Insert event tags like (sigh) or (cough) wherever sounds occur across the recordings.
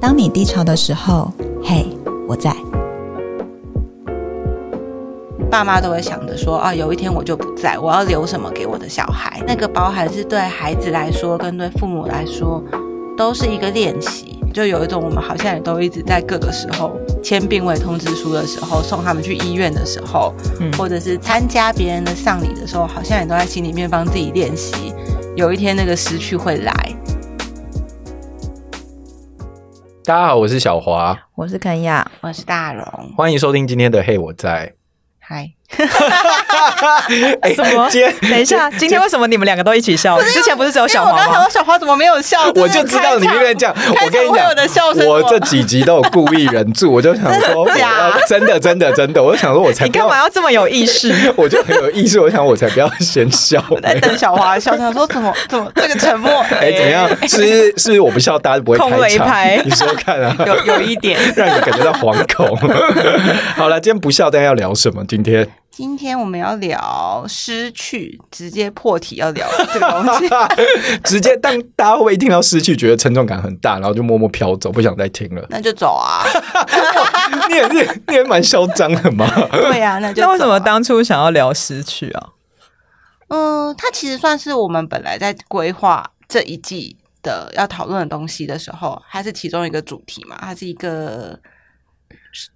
当你低潮的时候，嘿，我在。爸妈都会想着说啊，有一天我就不在，我要留什么给我的小孩？那个包含是对孩子来说，跟对父母来说，都是一个练习。就有一种我们好像也都一直在各个时候签病危通知书的时候，送他们去医院的时候，嗯或者是参加别人的丧礼的时候，好像也都在心里面帮自己练习，有一天那个失去会来。大家好，我是小华，我是肯亚，我是大荣，欢迎收听今天的《嘿我在嗨，》哎什么今天 (laughs) 等一下，今天为什么你们两个都一起笑？之前不是只有小因为哎我黄刚才说？吗小花怎么没有笑？ (laughs) 我就知道你那边这样，开我跟场你会讲有的笑声，我这几集都有故意忍住，我就想说，我假要真的真的真的，我就想说，我才你不干嘛要，要这么有意识？ (laughs) 我就很有意识，我想我才不要先笑呢。在等小花笑，想说怎么怎么这个沉默，哎，怎么样？是是我不笑，大家不会空了开一拍场。你说看啊， (laughs) 有有一点。让你感觉到惶恐。 (laughs) 好了，今天不笑，大家要聊什么？今天今天我们要聊失去，直接破题要聊这个东西。 (laughs)？(laughs) 直接当大家会不会一听到失去，觉得沉重感很大，然后就默默飘走，不想再听了那就走啊！你也是，你也蛮嚣张的嘛。对啊，那就走啊 (laughs) 那为什么？当初想要聊失去啊？嗯，它其实算是我们本来在规划这一季的要讨论的东西的时候，它是其中一个主题嘛，它是一个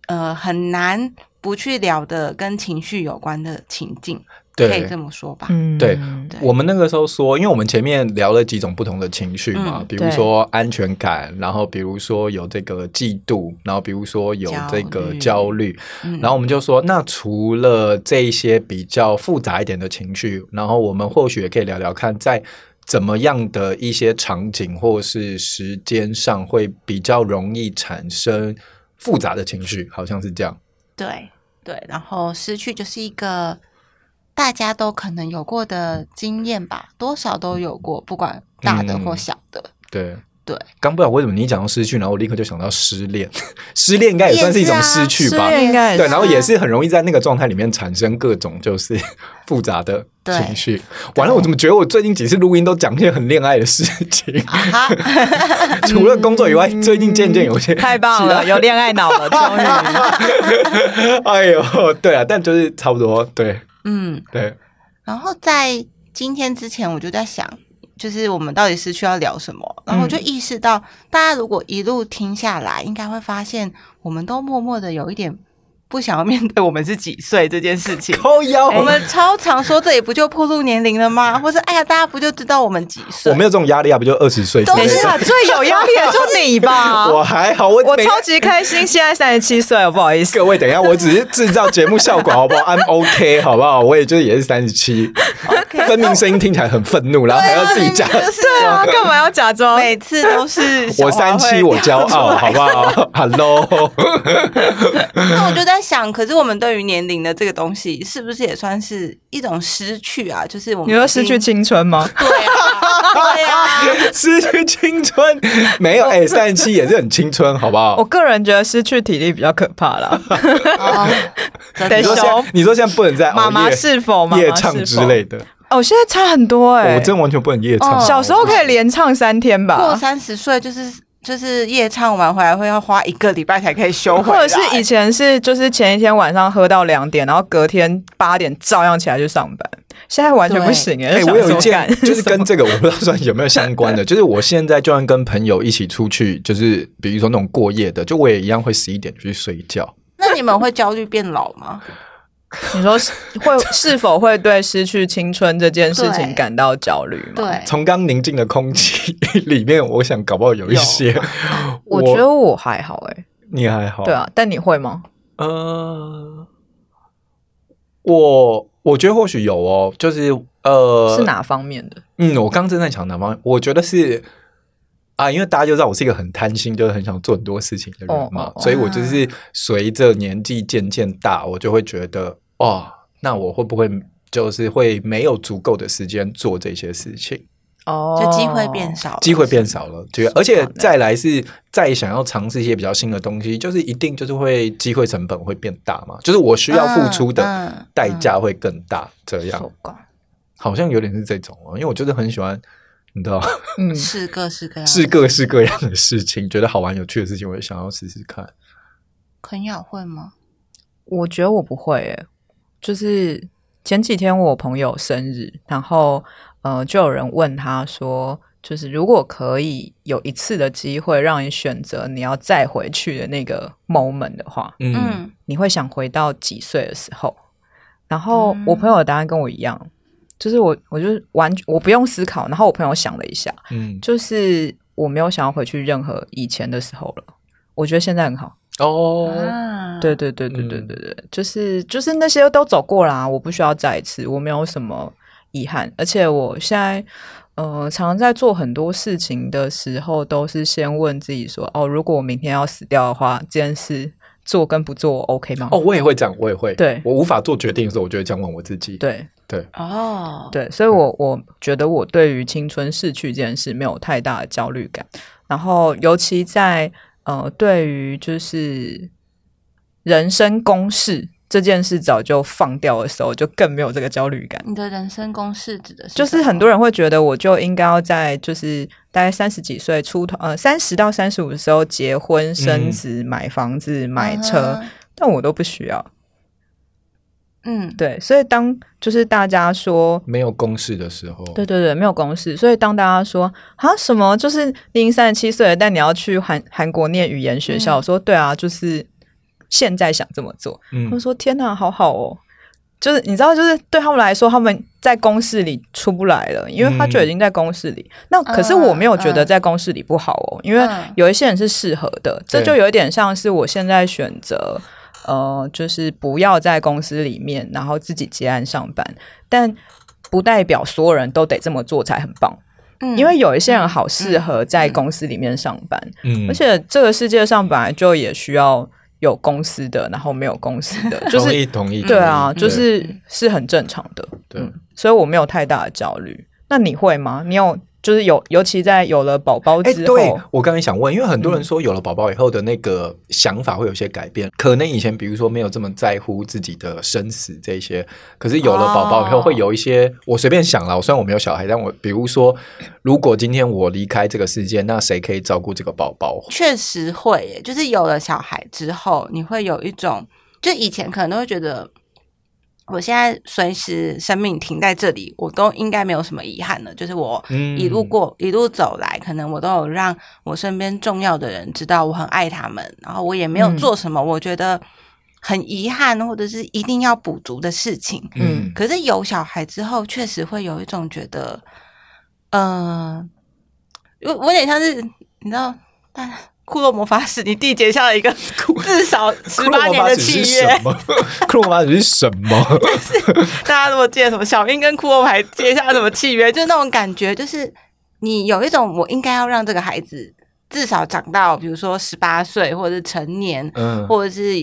呃很难不去聊的跟情绪有关的情境，可以对这么说吧？嗯，对对 (laughs) 我们那个时候说，因为我们前面聊了几种不同的情绪嘛，嗯比如说安全感，然后比如说有这个嫉妒，然后比如说有这个焦焦虑，嗯然后我们就说，那除了这一些比较复杂一点的情绪，然后我们或许也可以聊聊看，在怎么样的一些场景或是时间上会比较容易产生复杂的情绪，好像是这样。对对，然后失去就是一个大家都可能有过的经验吧，多少都有过，不管大的或嗯小的。对对，刚不知道为什么你一讲到失去，然后我立刻就想到失恋，失恋应该也算是一啊种失去吧？失恋应该也对，然后也是很容易在那个状态里面产生各种就是复杂的情绪。完了，我怎么觉得我最近几次录音都讲一些很恋爱的事情？ (laughs) 啊哈， (laughs) 除了工作以外，最近渐渐有些太其棒他了，有恋爱脑了，终于。 (laughs) 哎呦，对啊，但就是差不多，对嗯，对，然后在今天之前我就在想，就是我们到底失去要聊什么，然后嗯我就意识到，大家如果一路听下来，应该会发现我们都默默的有一点。不想要面对我们是几岁这件事情，靠 (laughs) 腰，啊我们哎超常说这里不就暴露年龄了 (laughs) 吗？或是哎呀，大家不就知道我们几岁？我没有这种压力啊，不就二十岁之等类一的？下，最有压力的就你吧。我还好，我 (laughs) 啊我每超级开心，现在三十七岁，不好意思。各位等一下，我只是制造节目效果好不好？I'm OK 好不好？我也就是也是三十七，分明声音听起来很愤怒，然后还要自己加。就是对啊，干嘛要假装？每次都是 (laughs) 小哦我花三会七，我骄傲，好不好？Hello，那我就在想，可是我们对于年龄的这个东西，是不是也算是一种失去啊？就是我们你说失去已经青春吗？对啊，对 (laughs) (laughs) 啊，失去青春没有？哎、三十七也是很青春，好不我好？个人觉得失去体力比较可怕啦。哦真的你说现熊在，你说现在不能再熬妈夜妈是否妈妈夜唱之类的，的？哦，现在差很多哎、我真完全不能夜唱。哦小时候可以连唱三天吧？过三十岁就是就是夜唱完回来会要花一个礼拜才可以 Oh 修回或来，者是以前是就是前一天晚上喝到两点，然后隔天八点照样起来去上班，现在完全不行哎、哎、欸我有一件想说干就是跟这个我不知道算有没有相关的，就是我现在就算跟朋友一起出去，就是比如说那种过夜的，就我也一样会十一点去睡觉。那你们会焦虑变老吗？ (laughs) 你说是 (laughs) 会是否会对失去青春这件事对情感到焦虑吗？，对，从刚宁静的空气 (laughs) 里面，我想搞不好有一些。我觉得我还好哎、你还好，对，啊，但你会吗？呃，我我觉得或许有哦，就是呃，是哪方面的？嗯，我刚正在想哪方面，我觉得是啊，因为大家就知道我是一个很贪心，就是很想做很多事情的人嘛，哦哦哦所以我就是随着年纪渐渐大，我就会觉得哦，那我会不会就是会没有足够的时间做这些事情，哦就机会变少了，机会变少了，觉得而且再来是再想要尝试一些比较新的东西，就是一定就是会机会成本会变大嘛，就是我需要付出的嗯嗯代价会更大，这样手感哦好像有点是这种哦，因为我就是很喜欢你知道，嗯，是各式各样的是各式各样的事情，觉得好玩有趣的事情，我也想要试试看。啃咬会吗？我觉得我不会耶，就是前几天我朋友生日，然后呃，就有人问他说，就是如果可以有一次的机会让你选择你要再回去的那个 moment 的话，嗯，嗯，你会想回到几岁的时候？然后我朋友的答案跟我一样，就是我我就是完我不用思考，然后我朋友想了一下，嗯就是我没有想要回去任何以前的时候了，我觉得现在很好。哦，啊，对对对对对嗯对对，就是就是那些都走过啦，我不需要再一次，我没有什么遗憾，而且我现在呃，常常在做很多事情的时候，都是先问自己说，哦，如果我明天要死掉的话，这件事做跟不做我 OK 吗？哦，，我也会这样，我也会。对我无法做决定的时候，我就会这样问我自己。对对，哦，对，所以我我觉得我对于青春逝去这件事没有太大的焦虑感，然后尤其在呃，对于就是人生公式这件事早就放掉的时候，就更没有这个焦虑感。你的人生公式指的是就是什很么多人会觉得，我就应该要在就是大概三十几岁出头，呃，三十到三十五的时候结婚、生嗯子、买房子、买嗯车，，但我都不需要。嗯哼，嗯对，所以当就是大家说没有公式的时候，对对对，没有公式。所以当大家说啊什么，就是你已经三十七岁了，但你要去韩韩国念语言学嗯校，我说对啊，就是现在想这么做。嗯我说天哪，好好哦。就是你知道，就是对他们来说，他们在公式里出不来了，因为他就已嗯经在公式里。那可是我没有觉得在公式里不好哦，因为嗯有一些人是适合的，这对就有一点像是我现在选择，呃，就是不要在公司里面，然后自己接案上班，但不代表所有人都得这么做才很棒，嗯因为有一些人好适合在公司里面上班，嗯而且这个世界上本来就也需要有公司的，然后没有公司 (laughs) 的，就同是意嗯同意，对啊，同就意是是很正常的。对对所以我没有太大的焦虑。那你会吗？你有就是有，尤其在有了宝宝哎，之后，对我刚才想问，因为很嗯多人说有了宝宝以后的那个想法会有些改变，可能以前比如说没有这么在乎自己的生死这些，可是有了宝宝以后哦会有一些，我随便想了，我虽然我没有小孩，但我比如说，如果今天我离开这个世界，那谁可以照顾这个宝宝？确实会耶，就是有了小孩之后，你会有一种，就以前可能都会觉得，我现在随时生命停在这里，我都应该没有什么遗憾了。就是我嗯一路过、一路走来，可能我都有让我身边重要的人知道我很爱他们，然后我也没有嗯做什么我觉得很遗憾或者是一定要补足的事情。嗯可是有小孩之后，确实会有一种觉得，呃，我我有点像是你知道，但库洛魔法使你缔结下了一个至少十八年的契约， (laughs) 约，克罗马只是什 (laughs) 么？大家如果记得什么小樱跟库洛还结下什么契约，就是那种感觉，就是你有一种我应该要让这个孩子至少长到，比如说十八岁或者是成年，嗯，或者是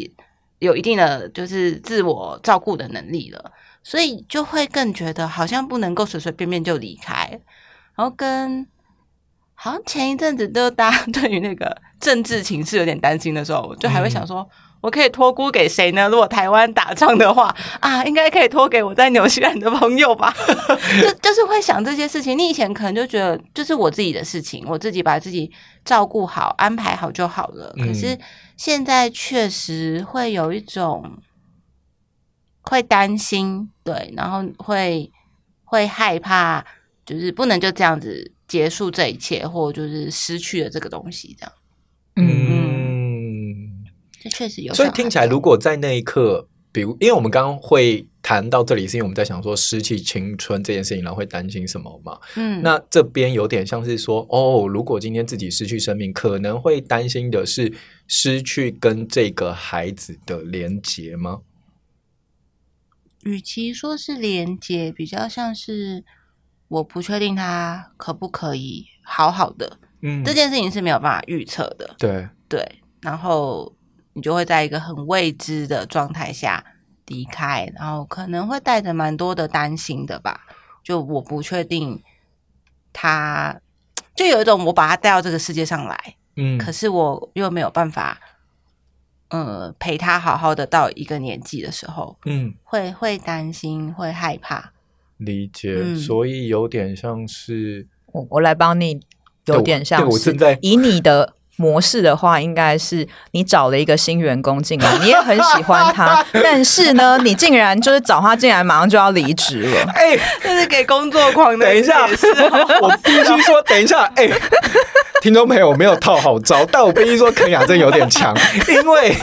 有一定的就是自我照顾的能力了，所以就会更觉得好像不能够随随便便就离开。然后跟好像前一阵子就大家 (laughs) 对于那个政治情势有点担心的时候，我就还会想说。我可以托孤给谁呢？如果台湾打仗的话，啊，应该可以托给我在纽西兰的朋友 (laughs) 吧。就就是会想这些事情。你以前可能就觉得，就是我自己的事情，我自己把自己照顾好、安排好就好了。嗯可是现在确实会有一种会担心，对，然后会会害怕，就是不能就这样子结束这一切，或就是失去了这个东西，这样。嗯，嗯。这确实有小孩这所以样，听起来，如果在那一刻，比如，因为我们刚刚会谈到这里，是因为我们在想说失去青春这件事情，然后会担心什么嘛？嗯，那这边有点像是说，哦，如果今天自己失去生命，可能会担心的是失去跟这个孩子的连结吗？与其说是连接，比较像是我不确定他可不可以好好的、嗯这件事情是没有办法预测的，对，对。然后你就会在一个很未知的状态下离开，然后可能会带着蛮多的担心的吧。就我不确定他，就有一种我把他带到这个世界上来，嗯，可是我又没有办法，呃，陪他好好的到一个年纪的时候，嗯，会会担心，会害怕。理解，嗯所以有点像是我我来帮你对有我点像对我是正在以你的模式的话，应该是你找了一个新员工进 (laughs) 来，你也很喜欢他，但是呢，你竟然就是找他进来，马上就要离职了。哎、 (laughs) 这是给工作狂的 (laughs) 等一下解释哦 (laughs) 我必须说，等一下，哎、听众朋友，我没有套好招，但我必须说，肯雅真有点 (laughs) 强，因为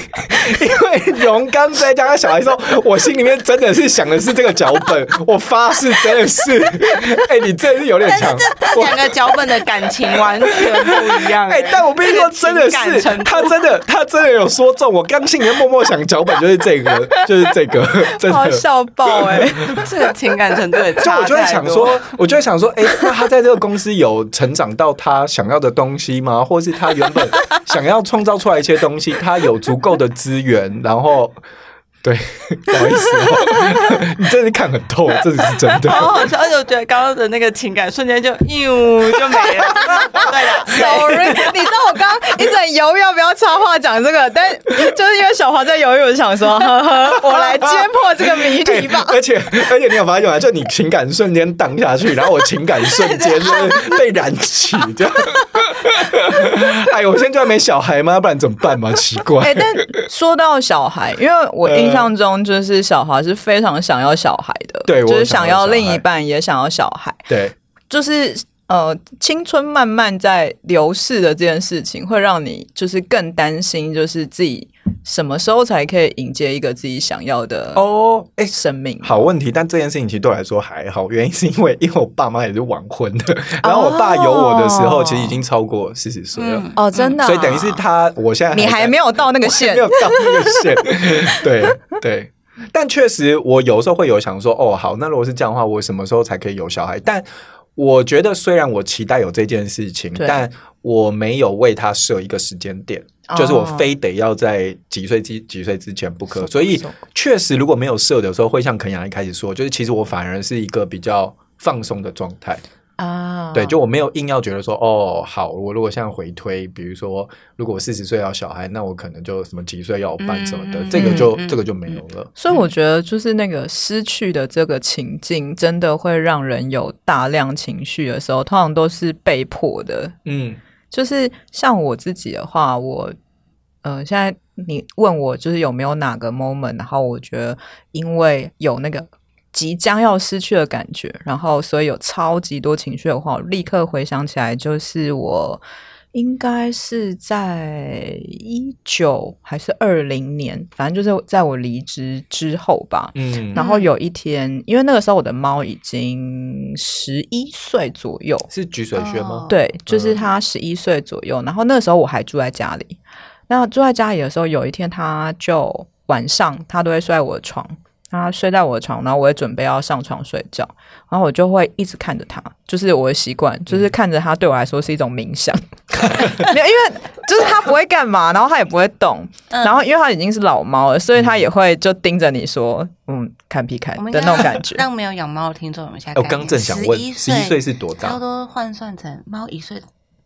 因为荣刚在家跟小孩说，我心里面真的是想的是这个脚本，我发誓真的是， (laughs) 哎、你真的是有点但是强，这 (laughs) 这两个脚本的感情完全不一样、哎、但我必须说，真这的个是情感程度他真的他真的有说中，我刚心里面默默想脚本就是这个，就是这个，真 (laughs) 好的。笑爆哎、 (laughs) 这个情感程度也就差我就会太想多。说，我就会想说，哎、那他在这个公司有成长到他想要的东西吗？或是他原本想要创造出来一些东西，他有足够的资源，然后对，不好意思、哦， (laughs) 你真的看很透，这是真的。好好笑，哦而且我觉得刚刚的那个情感瞬间就呦就没了。对啊了， Sorry，你知道我刚刚一直很犹豫要不要插话讲这个，但 (laughs) 就是因为小华在犹豫，我就想说，呵呵，我来揭破这个谜 (laughs) 题吧。而且而且你有发现吗？就你情感瞬间荡下去，然后我情感瞬间就是被燃起，这样。 (laughs) 哎，我现在就还没小孩吗？不然怎么办嘛？奇怪。哎、但说到小孩，因为我印象中就是小华是非常想要小孩的，对我就是想想要要小另孩一半，也想要小孩，对，就是呃，青春慢慢在流逝的这件事情，会让你就是更担心，就是自己什么时候才可以迎接一个自己想要的哦，哎，生命。好问题，但这件事情其实对我来说还好，原因是因为因为我爸妈也是晚婚的，然后我爸有我的时候，其实已经超过四十岁了，嗯哦，真的啊、所以等于是他，我现在你还没有有到那个线没，有到那个线， (laughs) 对对。但确实，我有时候会有想说，哦，好，那如果是这样的话，我什么时候才可以有小孩？但我觉得，虽然我期待有这件事情，对但我没有为他设一个时间点。哦就是我非得要在几岁之几岁之前不可。所以受够确实，如果没有设的时候，会像肯雅一开始说，就是其实我反而是一个比较放松的状态。啊，对，就我没有硬要觉得说，哦，好，我如果现在回推，比如说，如果我四十岁要小孩，那我可能就什么几岁要有伴什么的，嗯这个就、嗯嗯这个就没有了。所以我觉得，就是那个失去的这个情境，真的会让人有大量情绪的时候，通常都是被迫的。嗯，就是像我自己的话，我呃，现在你问我就是有没有哪个 moment，然后我觉得因为有那个即将要失去的感觉，然后所以有超级多情绪的话，我立刻回想起来，就是我应该是在一九还是二零年，反正就是在我离职之后吧，嗯然后有一天，因为那个时候我的猫已经十一岁左右，是菊水轩吗？哦对，就是嗯他十一岁左右，然后那个时候我还住在家里。那住在家里的时候，有一天他就晚上他都会睡在我的床，他睡在我的床，然后我也准备要上床睡觉，然后我就会一直看着他，就是我的习惯，嗯就是看着他对我来说是一种冥想， (laughs) 没有，因为就是他不会干嘛，然后他也不会动，嗯然后因为他已经是老猫了，所以他也会就盯着你说，嗯，看屁看我们的应该那种感觉。让没有养猫的听众有一下概哎我念。刚正想11问，十一岁是多差不大？多换算成猫一岁，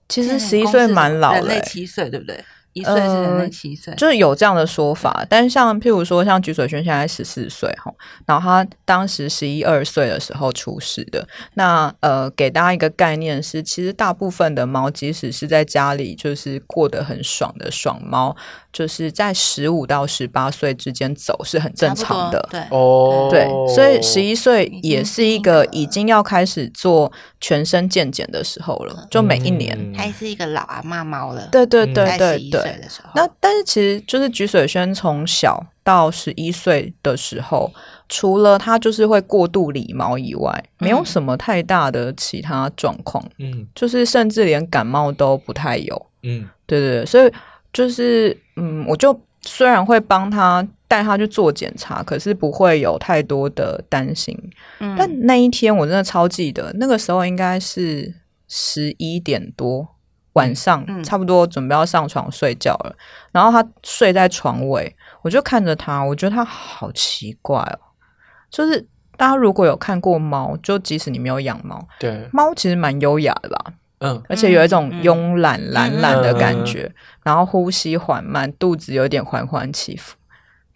其实现在十一公岁是蛮老人了、类欸七岁对不对？一岁是人类七岁，就是有这样的说法，但是像譬如说，像菊水轩现在十四岁哈，然后他当时十一二岁的时候出世的。那呃，给大家一个概念是，其实大部分的猫，即使是在家里就是过得很爽的爽猫，就是在十五到十八岁之间走是很正常的。差不多哦，对，所以十一岁已经也是一是一个个已经要开始做全身健检的时候了，就每一年。嗯对，还是一个老阿嬷猫了。对对对在对十一对，岁的时候，那但是其实就是菊水轩从小到十一岁的时候，除了他就是会过度理毛以外，没有嗯什么太大的其他状况，嗯就是甚至连感冒都不太有。嗯对对对，所以就是嗯，我就虽然会帮他带他去做检查，可是不会有太多的担心。嗯但那一天我真的超记得，那个时候应该是十一点多晚上，嗯差不多准备要上床睡觉了。然后他睡在床尾，我就看着他，我觉得他好奇怪哦。就是大家如果有看过猫，就即使你没有养猫，对，猫其实蛮优雅的吧，嗯而且有一种嗯慵懒懒懒的感觉，嗯然后呼吸缓慢，肚子有点缓缓起伏。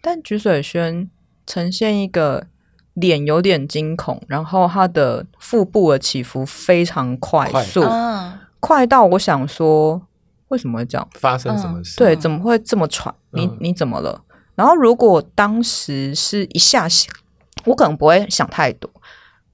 但菊水轩呈现一个脸有点惊恐，然后他的腹部的起伏非常快快速，快嗯，到我想说为什么会这样？发生什么事？嗯对，怎么会这么喘？你嗯你怎么了？然后如果当时是一下想，我可能不会想太多，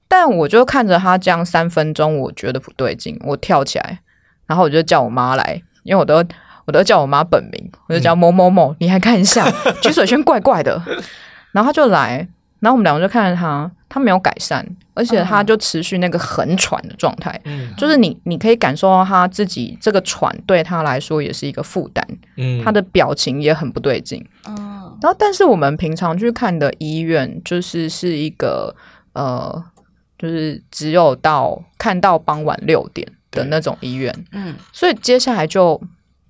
但我就看着他这样三分钟，我觉得不对劲，我跳起来，然后我就叫我妈来，因为我都我都叫我妈本名，我就叫某某某，你来看一下橘水轩怪怪的， (laughs) 然后他就来，然后我们两个就看着他，他没有改善，而且他嗯就持续那个很喘的状态。嗯就是你，你可以感受到他自己这个喘对他来说也是一个负担，嗯他的表情也很不对劲。嗯，然后，但是我们平常去看的医院，就是是一个呃，就是只有到看到傍晚六点的那种医院，嗯，所以接下来就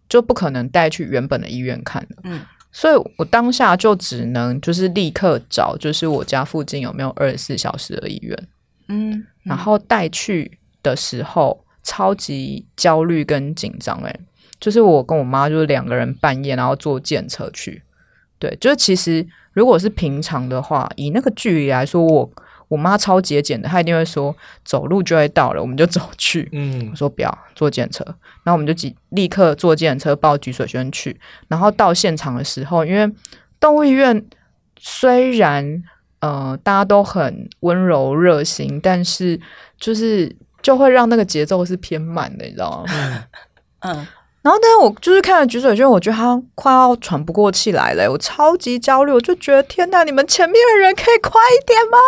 就不可能带去原本的医院看了。嗯，所以我当下就只能就是立刻找，就是我家附近有没有二十四小时的医院。嗯，然后带去的时候超级焦虑跟紧张、欸，就是我跟我妈就是两个人半夜然后坐电车去，对，就是其实如果是平常的话，以那个距离来说，我我妈超节俭的，她一定会说走路就会到了，我们就走去。嗯我说不要坐电车，然后我们就即立刻坐电车报菊水轩去，然后到现场的时候，因为动物医院虽然呃大家都很温柔热心，但是就是就会让那个节奏是偏慢的，你知道吗？嗯， (laughs) 然后，但是我就是看了菊水轩，我觉得他快要喘不过气来了，我超级焦虑，我就觉得天呐，你们前面的人可以快一点吗？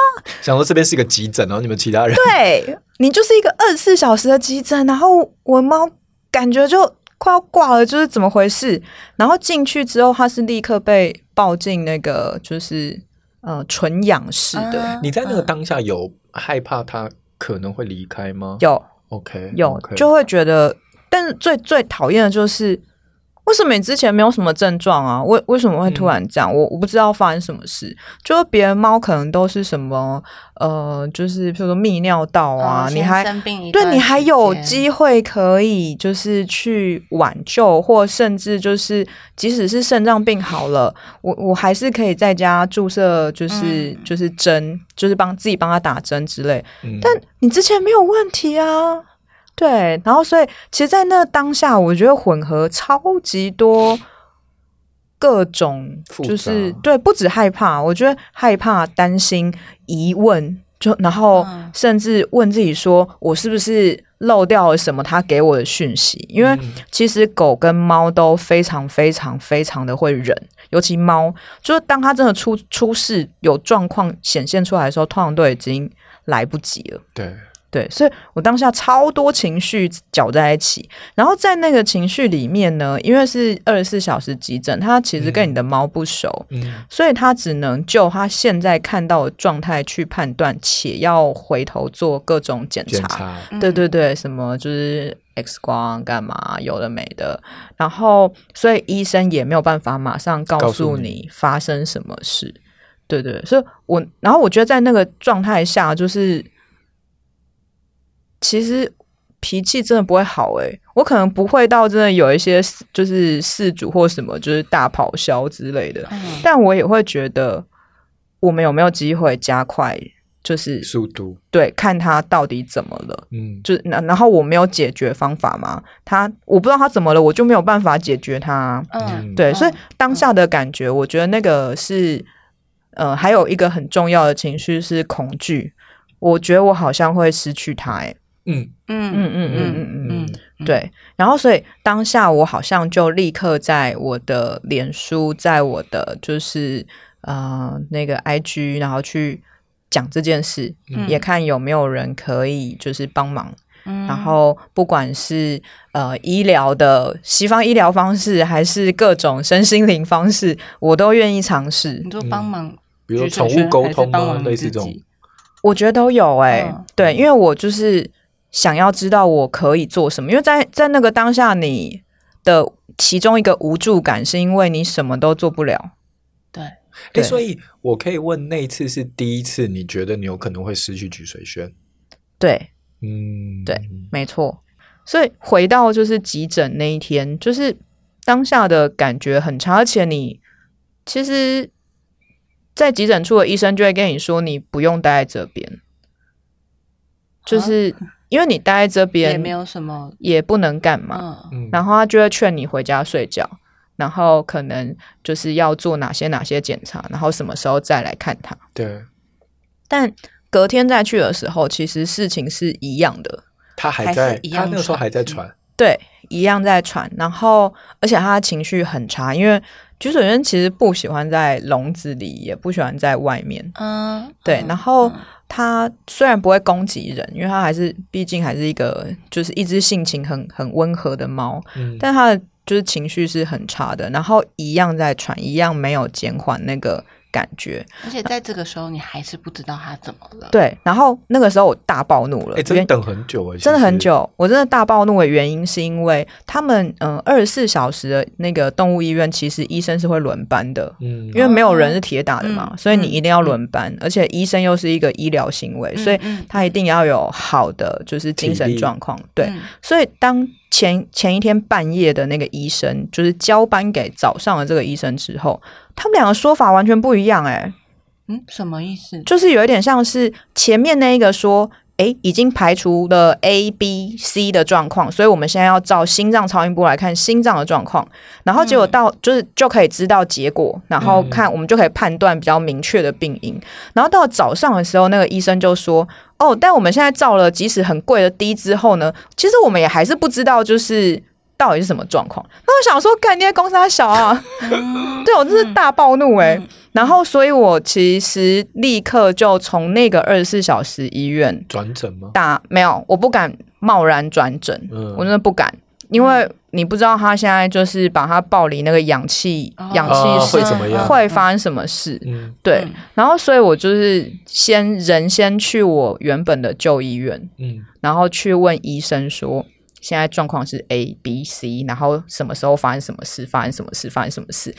想说这边是一个急诊，然后你们其他人对你就是一个二十四小时的急诊，然后我猫感觉就快要挂了，就是怎么回事？然后进去之后，它是立刻被抱进那个就是呃纯氧室的，嗯你在那个当下有害怕他可能会离开吗？有，OK，有 OK 就会觉得，但是最最讨厌的就是。为什么你之前没有什么症状啊？为为什么会突然这样？我我不知道发生什么事。就是别人猫可能都是什么呃，就是譬如说泌尿道啊，哦你先还生病一对段你还时有间机会可以就是去挽救，或甚至就是即使是肾脏病好了，我我还是可以在家注射，就是、嗯就是针，就是帮自己帮他打针之类。嗯但你之前没有问题啊，对。然后所以其实，在那当下，我觉得混合超级多。各种复就是杂对，不止害怕，我觉得害怕、担心、疑问，就然后嗯甚至问自己说，我是不是漏掉了什么他给我的讯息？因为嗯其实狗跟猫都非常非常非常的会忍，尤其猫，就是当它真的出出事有状况显现出来的时候，通常都已经来不及了。对，对，所以我当下超多情绪搅在一起，然后在那个情绪里面呢，因为是二十四小时急诊，它其实跟你的猫不熟，嗯所以它只能就它现在看到的状态去判断，且要回头做各种检查。检查，嗯对对对，什么就是 X 光干嘛，有的没的。然后，所以医生也没有办法马上告告诉诉你发生什么事。对对，所以我，然后我觉得在那个状态下，就是其实脾气真的不会好诶、我可能不会到真的有一些就是事主或什么就是大咆哮之类的，嗯但我也会觉得我们有没有机会加快，就是速度，对看他到底怎么了。嗯就然然后我没有解决方法嘛，他我不知道他怎么了，我就没有办法解决他。嗯，对，嗯所以当下的感觉，我觉得那个是，呃，还有一个很重要的情绪是恐惧。我觉得我好像会失去他、欸，嗯嗯嗯嗯嗯嗯嗯嗯，嗯嗯对。然后所以当下我好像就立刻在我的脸书，在我的就是呃那个 IG，然后去讲这件事，嗯也看有没有人可以就是帮忙。嗯然后不管是呃医疗的西方医疗方式，还是各种身心灵方式，我都愿意尝试你。就帮忙比如说举手宠宣物沟还是通帮啊，忙类你似自这种，己我觉得都有哎、嗯对，因为我就是想要知道我可以做什么，因为在在那个当下，你的其中一个无助感是因为你什么都做不了。对，哎，对所以我可以问，那一次是第一次，你觉得你有可能会失去菊水轩？对，嗯，对没错。所以回到就是急诊那一天，就是当下的感觉很差，而且你其实在急诊处的医生就会跟你说，你不用待在这边，就是因为你待在这边啊也没有什么，也不能干嘛，嗯，嗯然后他就会劝你回家睡觉，然后可能就是要做哪些哪些检查，然后什么时候再来看他。对但隔天再去的时候，其实事情是一样的，他还还在是一，他样那个时候传还嗯在传，对，一样在传。然后，而且他的情绪很差，因为举手员其实不喜欢在笼子里，也不喜欢在外面。嗯，对嗯，然后嗯他虽然不会攻击人，因为他还是毕竟还是一个就是一只性情很很温和的猫，嗯，但他的就是情绪是很差的，然后一样在传，一样没有减缓那个感觉。而且在这个时候，你还是不知道他怎么了。，对，然后那个时候我大暴怒了，哎，真原的等很久哎，真的其实很，久，我真的大暴怒的原因是因为他们，嗯、呃，二十四小时的那个动物医院，其实医生是会轮班的，嗯，因为没有人是铁打的嘛，嗯所以你一定要轮班，而且医生又是一个医疗行为，所以嗯他一定要有好的就是精体神力状况。对，嗯所以当前前一天半夜的那个医生就是交班给早上的这个医生之后，他们两个说法完全不一样、欸，哎，嗯，什么意思？就是有一点像是前面那一个说，诶，已经排除了 A、B、C 的状况，所以我们现在要照心脏超音波来看心脏的状况，然后结果到、就是就可以知道结果，然后看我们就可以判断比较明确的病因。然后到早上的时候，那个医生就说。哦，但我们现在照了，即使很贵的低之后呢，其实我们也还是不知道，就是到底是什么状况。那我想说，干，你在公司小啊？ (laughs) 对我真是大暴怒哎、然后，所以我其实立刻就从那个二十四小时医院转诊吗？打没有，我不敢贸然转诊，嗯我真的不敢，因为你不知道他现在就是把他抱离那个氧气、哦氧啊气会室、怎么样会发生什么事。嗯对嗯，然后所以我就是先人先去我原本的旧医院，嗯，然后去问医生说，现在状况是 A、B、C，然后什么时候发生什么事，发生什么事，发生什么事，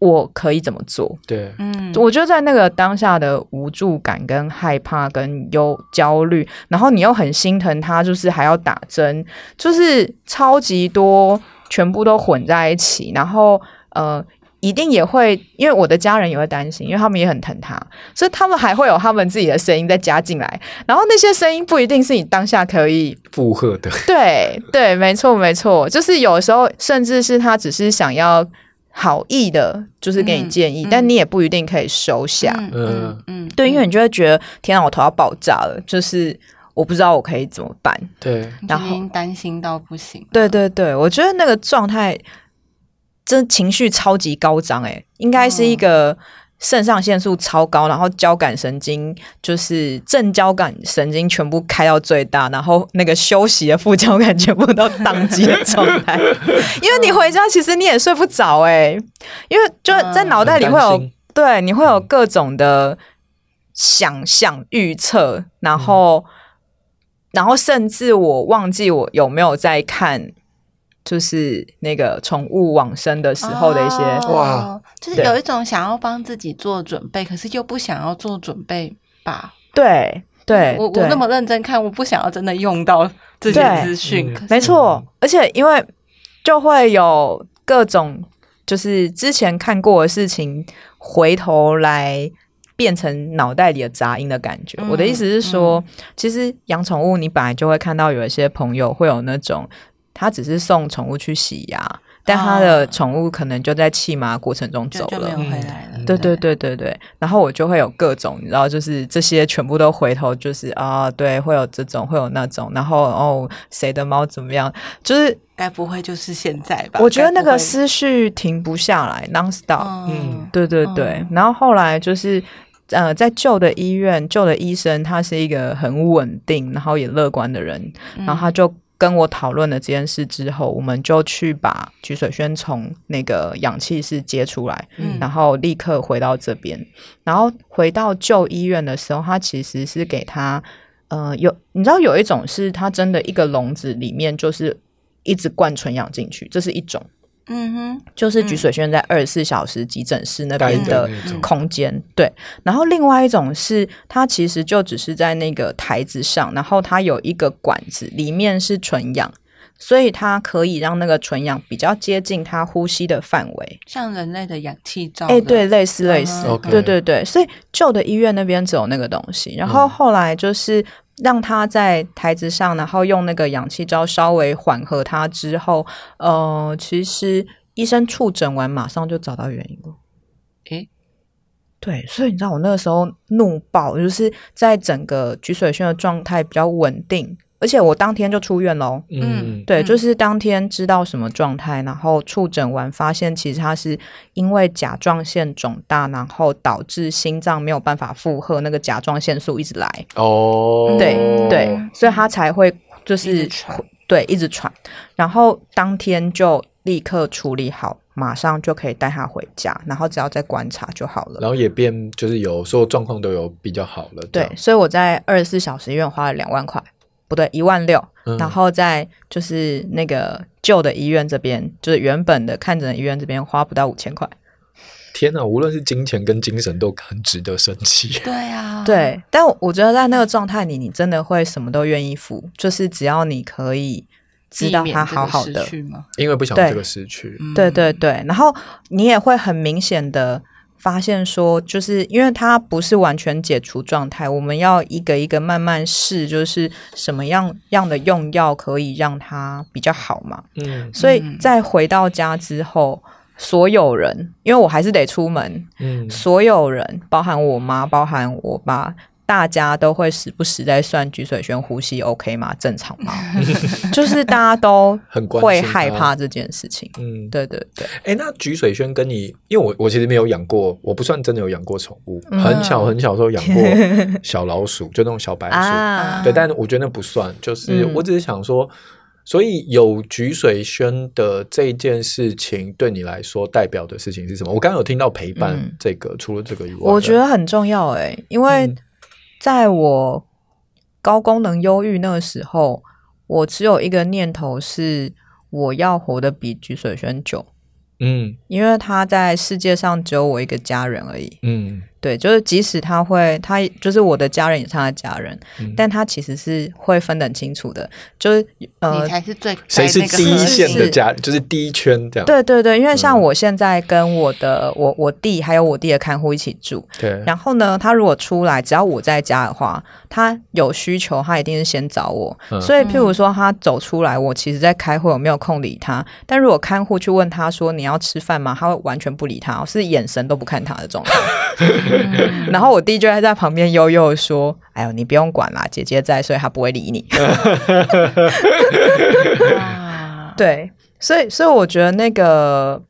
我可以怎么做？对，嗯，我觉得在那个当下的无助感、跟害怕、跟忧焦虑，然后你又很心疼他，就是还要打针，就是超级多，全部都混在一起，然后呃。一定也会，因为我的家人也会担心，因为他们也很疼他，所以他们还会有他们自己的声音再加进来。然后那些声音不一定是你当下可以附和的，对对，没错没错，就是有时候甚至是他只是想要好意的，就是给你嗯建议，嗯但你也不一定可以收下。嗯嗯，对，因为你就会觉得天啊，我头要爆炸了，就是我不知道我可以怎么办。对，然然后后担心到不行。对对对，我觉得那个状态真情绪超级高涨，诶，应该是一个。肾上腺素超高，然后交感神经就是正交感神经全部开到最大，然后那个休息的副交感全部都宕机的状态。 (laughs) 因为你回家其实你也睡不着诶，因为就在脑袋里会有很担心对，你会有嗯各种的想象、预测，然嗯后，然后甚至我忘记我有没有在看，就是那个宠物往生的时候的一些，哦哇，就是对有一种想要帮自己做准备，可是又不想要做准备吧？对对，我对我那么认真看，我不想要真的用到这些对资讯嗯。可是没错嗯，而且因为就会有各种就是之前看过的事情，回头来变成脑袋里的杂音的感觉。嗯我的意思是说，其实养宠物，你本来就会看到有一些朋友会有那种，他只是送宠物去洗牙，但他的宠物可能就在弃马过程中就走啊就没了有。回来了。对对对对对，然后我就会有各种，你知道，就是这些全部都回头，就是啊，对，会有这种，会有那种，然后哦，谁的猫怎么样，就是该不会就是现在吧？我觉得那该个不会，思绪停不下来，non stop。嗯，对对对，然后后来就是。呃，在旧的医院，旧的医生他是一个很稳定，然后也乐观的人，嗯然后他就跟我讨论了这件事之后，我们就去把菊水轩从那个氧气室接出来，嗯然后立刻回到这边，然后回到旧医院的时候，他其实是给他，呃，有你知道有一种是他真的一个笼子里面就是一直灌纯氧进去，这是一种。嗯哼，就是菊水轩在二十四小时急诊室那边待的的那种空间，对。然后另外一种是，它其实就只是在那个台子上，然后它有一个管子，里面是纯氧，所以它可以让那个纯氧比较接近它呼吸的范围。像人类的嗯氧气罩，哎、对，，类似类似， OK 对对对，所以旧的医院那边只有那个东西，然后嗯后来就是让他在台子上，然后用那个氧气罩稍微缓和他之后，呃，其实医生触诊完马上就找到原因了。诶对，所以你知道我那个时候怒爆，就是在整个菊水轩的状态比较稳定，而且我当天就出院喽。嗯，对，就嗯是当天知道什么状态，然后触诊完发现，其实他是因为甲状腺肿大，然后导致心脏没有办法负荷那个甲状腺素一直来，哦，对对嗯，所以他才会就一是直喘对一直喘，然后当天就立刻处理好，马上就可以带他回家，然后只要再观察就好了。然后也变就是有所有状况都有比较好了，这对样，所以我在二十四小时医院花了两万块，不对，一万六。嗯然后在就是那个旧的医院这边，就是原本的看诊的医院这边花不到五千块。天哪，无论是金钱跟精神都很值得生气。 (laughs) 对啊，，对，但我我觉得在那个状态里，你真的会什么都愿意付，就是只要你可以知道他好好的，吗？因为不想对这个失去，嗯对对，对，然后你也会很明显的发现说，就是因为它不是完全解除状态，我们要一个一个慢慢试，就是什么样样的用药可以让它比较好嘛。嗯所以嗯在回到家之后，所有人，因为我还是得出门，嗯，所有人，包含我妈，包含我爸。大家都会时不时在算菊水轩呼吸 OK 吗？正常 (laughs) 吗？就是大家都很关会心害他怕这件事情。嗯，对对对，哎，那菊水轩跟你，因为我我其实没有养过，我不算真的有养过宠物，嗯很小很小的时候养过 (laughs) 小老鼠，就那种小白鼠，啊对，但我觉得那不算，就是嗯我只是想说，所以有菊水轩的这件事情对你来说代表的事情是什么？我刚刚有听到陪伴嗯这个，除了这个以外，我觉得很重要哎、因为嗯在我高功能忧郁那个时候，我只有一个念头是我要活得比菊水轩久，嗯因为他在世界上只有我一个家人而已。嗯对，就是即使他会，他就是我的家人也是他的家人，嗯但他其实是会分得很清楚的，就是呃嗯你。才是最谁是第一线的是家，就是第一圈这样，对对对，因为像嗯我现在跟我的、我我弟还有我弟的看护一起住，对，然后呢，他如果出来，只要我在家的话，他有需求，他一定是先找我。嗯所以，譬如说他走出来，我其实在开会，我没有空理他。但如果看护去问他说你要吃饭吗，他会完全不理他，是眼神都不看他 (laughs) 的状态。嗯然后我弟就会在旁边悠悠地说：“哎呦，你不用管啦，姐姐在，所以他不会 (laughs) 理你。”啊对，所以，所以我觉得那个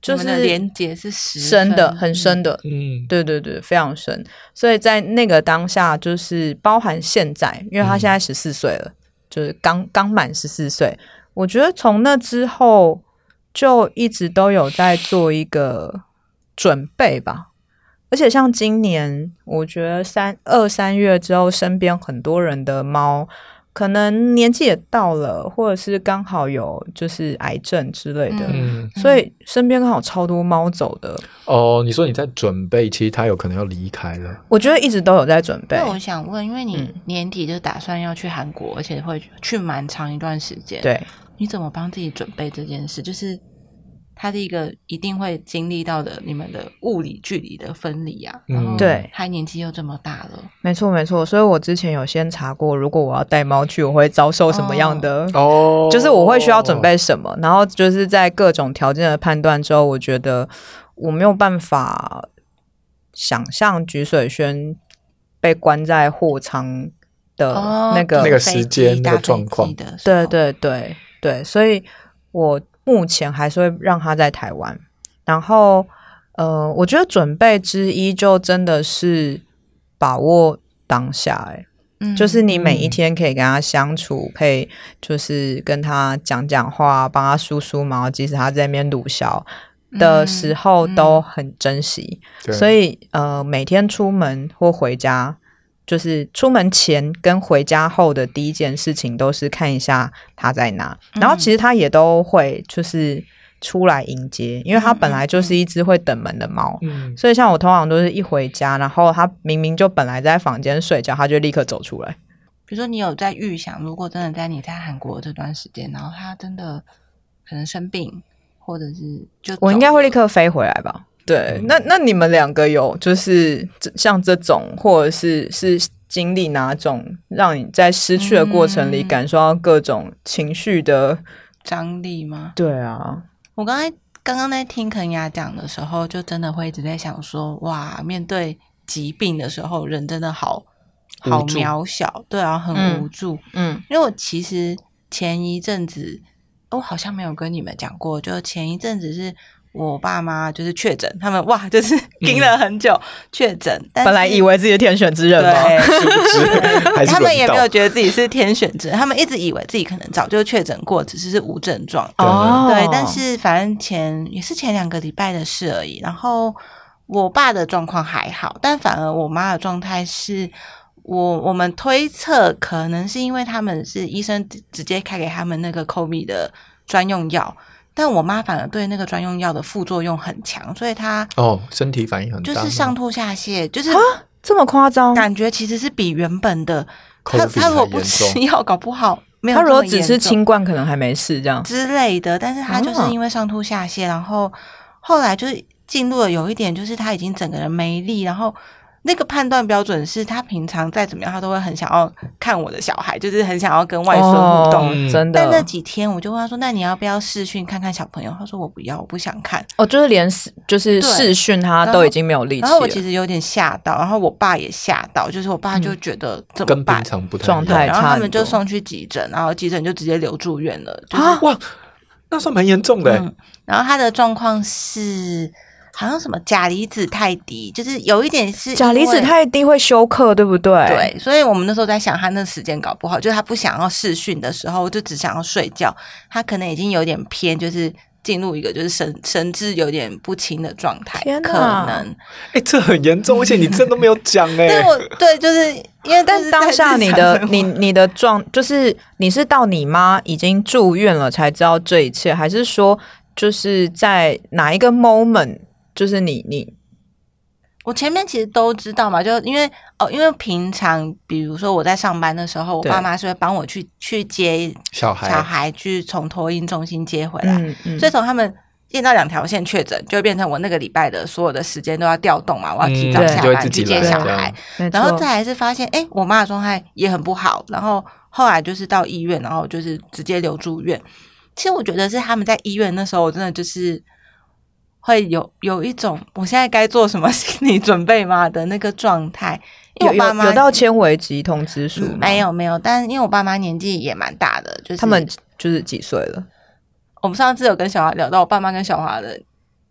就你们的是连接是十深的，分很深的，嗯对对对，非常深。所以在那个当下，就是包含现在，因为他嗯现在十四岁了，就是刚刚满十四岁。我觉得从那之后，就一直都有在做一个准备吧。而且像今年，我觉得三二三月之后，身边很多人的猫，可能年纪也到了，或者是刚好有就是癌症之类的，嗯嗯。所以身边刚好超多猫走的。哦，你说你在准备，其实他有可能要离开了。我觉得一直都有在准备那。我想问，因为你嗯年底就打算要去韩国，而且会去蛮长一段时间，，对，你怎么帮自己准备这件事？就是它是一个一定会经历到的你们的物理距离的分离啊，然后嗯对他年纪又这么大了，没错没错。所以我之前有先查过，如果我要带猫去，我会遭受什么样的？哦就是我会需要准备什么，然后就是在各种条件的判断之后，我觉得我没有办法想象菊水轩被关在货舱的哦，呃那个，那个飞时机间那搭个飞状况机的时对候，对对对，所以我目前还是会让他在台湾。然后，呃，我觉得准备之一就真的是把握当下、欸，嗯就是你每一嗯天可以跟他相处，可以就是跟他讲讲话，帮他梳梳毛，即使他在那边鲁小的时候嗯嗯都很珍惜。对所以呃，每天出门或回家，就是出门前跟回家后的第一件事情都是看一下他在哪，嗯然嗯后其实他也都会就是出来迎接，因为他嗯嗯本来就是一只会等门的猫。嗯，所以，像我通常都是一回家，然后他明明就本来在房间睡觉，他就立刻走出来。比如说你有在预想，如果真的在你在韩国这段时间，然后他真的可能生病，或者是就我应该走会了立刻飞回来吧。嗯对，那那你们两个有就是这像这种，或者是是经历哪种让你在失去的过程里嗯感受到各种情绪的？张力吗？对啊，我刚才刚刚在听肯雅讲的时候，就真的会一直在想说，哇，面对疾病的时候，人真的好好无助渺小，对啊，很嗯无助。嗯因为我其实前一阵子，我好像没有跟你们讲过，就前一阵子是我爸妈就是确诊，他们哇，就是 (laughs) 盯了很久、嗯确诊，但本来是以为自己的天选之人嘛，嗯对。 (laughs) 还是他们也没有轮觉得自己是天选之人，他们一直以为自己可能早就确诊过，只是是无症状。对哦对，但是反正前也是前两个礼拜的事而已。然后我爸的状况还好，但反而我妈的状态是。我我们推测，可能是因为他们是医生直直接开给他们那个 COVID 的专用药，但我妈反而对那个专用药的副作用很强，所以她到哦，身体反应很就大，是上吐下泻，就是这么夸张？感觉其实是比原本的她 COVID 她如果还不严吃重药，搞不好没有他如果这么只严吃重清冠，可能还没事这样。之类的，但是他就是哦因为上吐下泻，然后后来就是进入了有一点，就是他已经整个人没力，然后那个判断标准是他平常再怎么样，他都会很想要看我的小孩，就是很想要跟外孙互动。哦嗯真但那的几天我就问他说：“那你要不要视讯看看小朋友？”他说：“我不要，我不想看。哦，就是连视就是对视讯他然后都已经没有力”气然后我其了，实有点吓到，然后我爸也吓到，就是我爸就嗯觉得怎么跟办平？常不太一样状态然后他差们很就多送去急诊，然后急诊就直接留住院了，就是啊哇，那算蛮严重的欸。嗯，然后他的状况是好像什么钾离子太低，就是有一点是因为钾离子太低会休克，对不对？对，所以我们那时候在想，他那时间搞不好，就是他不想要试训的时候，就只想要睡觉，他可能已经有点偏，就是。进入一个就是神神志有点不清的状态，天可哪能。哎，这很严重，而且你真的没有讲但 (laughs) 哎。我对就是因为但当下你的你你的状，就是你是到你妈已经住院了才知道这一切，还是说就是在哪一个 moment，就是你你我前面其实都知道嘛，就因为哦，因为平常比如说我在上班的时候，我对爸妈是会帮我去去接小孩小孩去从托婴中心接回来，嗯嗯所以从他们验到两条线确诊，就会变成我那个礼拜的所有的时间都要调动嘛，我要提早嗯下就会班自去己接来小这样孩，没然后错再来是发现，哎、我妈的状态也很不好，然后后来就是到医院，然后就是直接留住院。其实我觉得是他们在医院那时候，我真的就是会有有一种我现在该做什么心理准备吗的那个状态，因有为我爸有妈有到纤维级通知书、嗯没？有没有，但因为我爸妈年纪也蛮大的，就是他们就是几岁了？我们上次有跟小华聊到，我爸妈跟小华的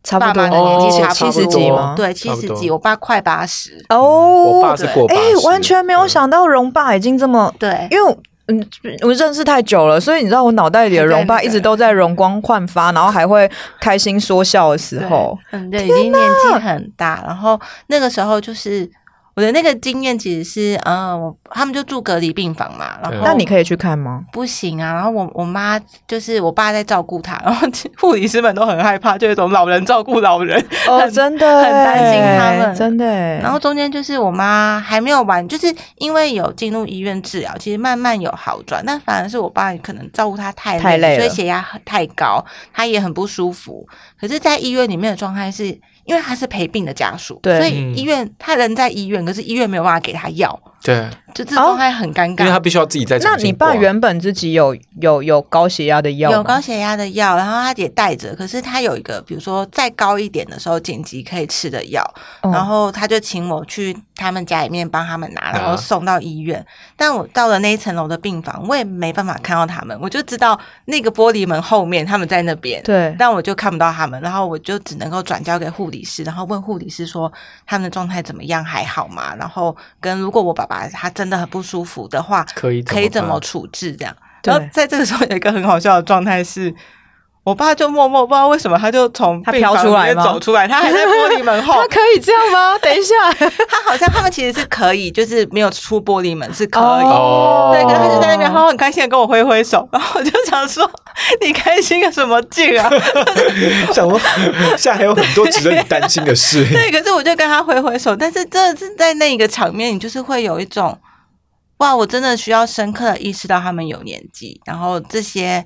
差不爸多妈的年纪哦差七不十多，几吗？对，七差不十多几，我爸快八十，我爸哦，是嗯过八哎、十，完全没有对。想到荣爸已经这么，对因为我嗯，我认识太久了，所以你知道我脑袋里的荣爸还在那一个直都在容光焕发，然后还会开心说笑的时对哦候。嗯，对，已经年纪很大，然后那个时候就是我的那个经验其实是，嗯，我他们就住隔离病房嘛，然对后那你可以去看吗？不行啊，然后我我妈就是我爸在照顾他，然后护理师们都很害怕，就有一种老人照顾老人，哦， (laughs) 很真的很担心他耶们真的耶。然后中间就是我妈还没有完，就是因为有进入医院治疗，其实慢慢有好转，但反而是我爸可能照顾她太太累所以了血压很太高，她也很不舒服。可是，在医院里面的状态是，因为她是陪病的家属，对所嗯以医院她人在医院，可是医院没有办法给她药，对，就哦这状态很尴因为尬。他必须要自己再重那新你爸挂原本自己有有有高血压的药吗有高血压的药，然后她也带着，可是她有一个，比如说再高一点的时候紧急可以吃的药，嗯然后他就请我去他们家里面帮他们拿，然啊后送到医院。但我到了那一层楼的病房，我也没办法看到他们，我就知道那个玻璃门后面他们在那边，对，但我就看不到他们，然后我就只能够转交给护理师，然后问护理师说他们的状态怎么样，还好吗？然后跟如果我爸爸他真的很不舒服的话，可以可以怎办么处置这样。对然后在这个时候有一个很好笑的状态是。我爸就默默不知道为什么，他就从他病飘房出里来面吗走出来，他还在玻璃门后他，可以这样吗？等一下， (laughs) 他好像他们其实是可以，就是没有出玻璃门是可以。哦对，可是他就在那边，他很开心的跟我挥挥手，然后我就想说，你开心个什么劲啊？ (laughs) 想说，现在还有很多值得你担心的事。对，可是我就跟他挥挥手，但是真的是在那一个场面，你就是会有一种哇，我真的需要深刻的意识到他们有年纪，然后这些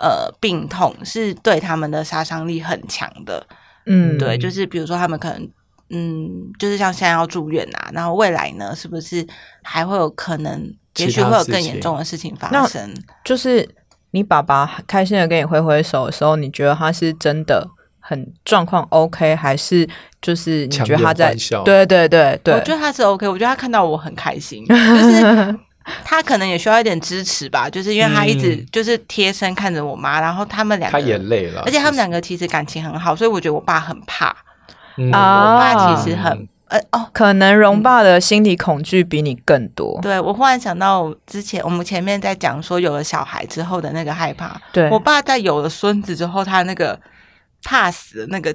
呃病痛是对他们的杀伤力很强的。嗯，对，就是比如说他们可能，嗯，就是像现在要住院啊，然后未来呢，是不是还会有可能，其也许他会有事更情严重的事情发那生？就是你爸爸开心的跟你挥挥手的时候，你觉得他是真的很状况 OK，还是就是你觉得他在强颜欢笑？对对对对，我觉得他是 OK，我觉得他看到我很开心，就是 (laughs) 他可能也需要一点支持吧，就是因为他一直嗯就是贴身看着我妈，然后他们两个， (laughs) 他也累了，而且他们两个其实感情很好，所以我觉得我爸很怕，嗯啊我爸其实很呃哦。可能容爸的心理恐惧比你更多。对，我忽然想到，我之前我们前面在讲说有了小孩之后的那个害怕，对，我爸在有了孙子之后，他那个怕死的那个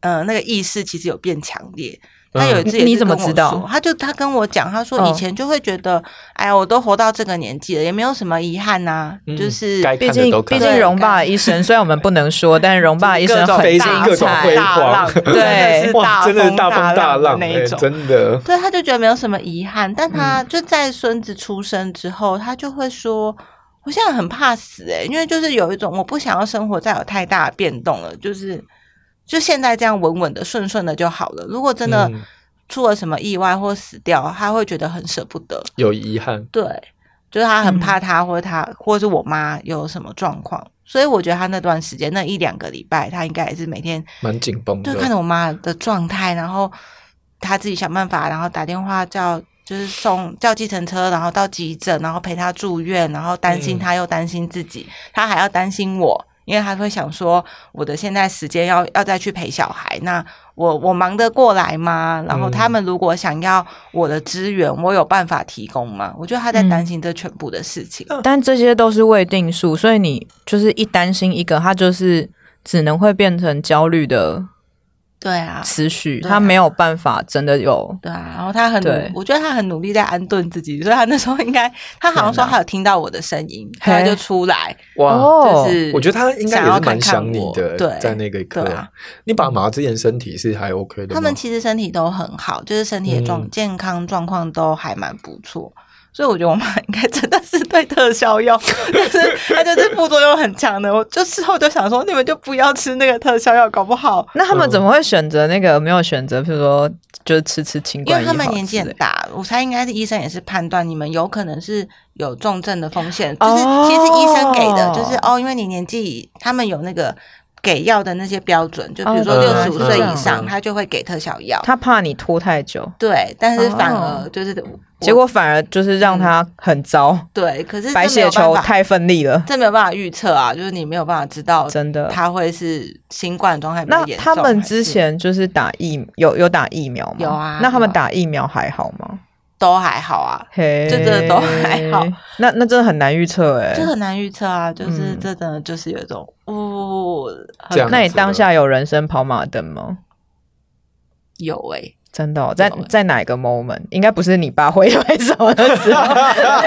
呃那个意识其实有变强烈。他有一次也是你你怎么跟我知道说他就他跟我讲，他说哦以前就会觉得，哎呀，我都活到这个年纪了，也没有什么遗憾呐、嗯就是该毕看的竟都毕看竟对容爸的一生，虽然我们不能说，但容爸的一生各种很飞机大各种彩辉大煌浪，真的是哇，真的是大大风风大浪浪的那哎一种。真的，对，他就觉得没有什么遗憾，但他就在孙子出生之后，他就会说：“我现在很怕死、欸，因为就是有一种我不想要生活再有太大的变动了，就是就现在这样稳稳的、顺顺的就好了。如果真的嗯出了什么意外或死掉，他会觉得很舍不得。有遗憾。对，就是他很怕他或者他或者是我妈有什么状况，所以我觉得他那段时间那一两个礼拜，他应该也是每天蛮紧绷的就，看着我妈的状态，然后她自己想办法，然后打电话叫就是送叫计程车，然后到急诊，然后陪她住院，然后担心嗯她又担心自己，她还要担心我，因为她会想说我的现在时间要要再去陪小孩，那我我忙得过来吗？然后嗯他们如果想要我的资源，我有办法提供吗？我觉得她在嗯担心这全部的事情。 (laughs) 但这些都是未定数，所以你就是一担心一个，它就是只能会变成焦虑的对啊。思绪，对啊它没有办法真的有。对啊，然后他很努对，我觉得他很努力在安顿自己，所以他那时候应该，他好像说天哪他有听到我的声音，嘿他就出来，哇！哦就是我觉得他应该想也要是看蛮看想你我，的，对，在那个一刻对啊，你爸妈之前身体是还 OK 的吗？他们其实身体都很好，就是身体的状、嗯健康状况都还蛮不错。所以我觉得我妈应该真的是对特效药， (laughs) 就是它就是副作用很强的。我就事后就想说，你们就不要吃那个特效药，搞不好，那他们怎么会选择那个没有选择？譬如说，就是吃吃清因冠为一他号们年纪之很类的大，我猜应该是医生也是判断你们有可能是有重症的风险，就哦是其实医生给的，就是哦，因为你年纪，他们有那个给药的那些标准，就比如说哦六原来十是五这岁样以上，嗯他就会给特效药。他怕你拖太久，对，但是反哦而就是我、结果反而就是让他很糟，对，可嗯是白这没血有球办法，太奋力了，这没有办法预测啊，就是你没有办法知道真的。他会是新冠的状态比较那严重他们还之是前就是打疫有有打疫苗吗？有啊那他有们啊打疫苗还好吗？都还好啊，嘿，这真的都还好。那那真的很难预测哎、这很难预测啊，就是嗯这真的就是有一种哦呜、这样很子那你当下有人生跑马灯吗？有哎、真的哦、在有欸在哪个 moment？应该不是你爸挥挥 (laughs) 手的时候。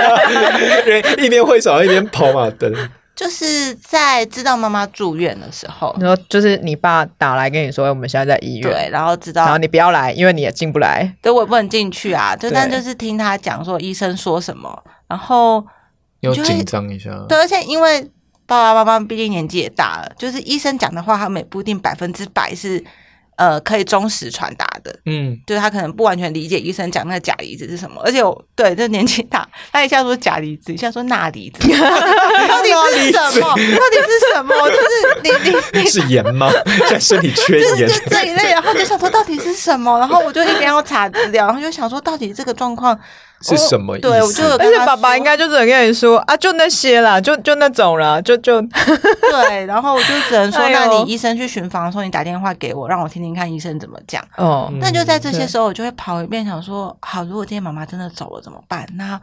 (laughs) 人一边挥手一边跑马灯，就是在知道妈妈住院的时候你，说就是你爸打来跟你说，我们现在在医院，对，然后知然后道，你不要来，因为你也进不来。对我也不能进去啊，就对但就是听他讲说医生说什么，然后你要就会紧张一下。对，而且因为爸爸妈妈毕竟年纪也大了，就是医生讲的话，他们也不一定百分之百是呃可以忠实传达的，嗯，就是他可能不完全理解医生讲那个钾离子是什么，而且我对这年纪大，他一下说钾离子，一下说钠离 (laughs) 子，到底到底是什么？到底是什么？就是你你你是盐吗？ (laughs) 现在身体缺就是盐就这一类，然后就想说到底是什么，然后我就一边要查资料，然后就想说到底这个状况 (laughs) 是什么意思？对，我就有而跟且他爸爸说应该就只能跟你说啊，就那些啦，就就那种啦，就就对，然后我就只能说， (laughs) 哎呦那你医生去巡房的时候，你打电话给我，让我听听看医生怎么讲。 (laughs) 哦，嗯那就在这些对时候，我就会跑一遍，想说，好，如果今天妈妈真的走了怎么办？那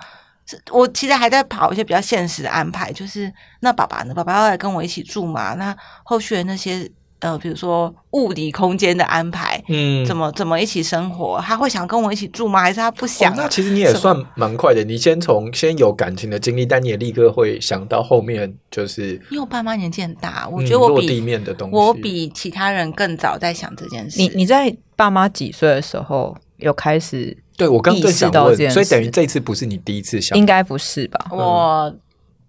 是我其实还在跑一些比较现实的安排，就是那爸爸呢？爸爸要来跟我一起住嘛？那后续的那些呃，比如说物理空间的安排，嗯怎么怎么一起生活？他会想跟我一起住吗？还是他不想哦啊、那其实你也什么算蛮快的，你先从先有感情的经历，但你也立刻会想到后面就是，因为我爸妈年纪很大，我嗯觉得我落比、地面的东西，我比其他人更早在想这件事。你你在爸妈几岁的时候有开始对我刚意正识想到问这，件所以等于事这次不是你第一次想应该不是吧？我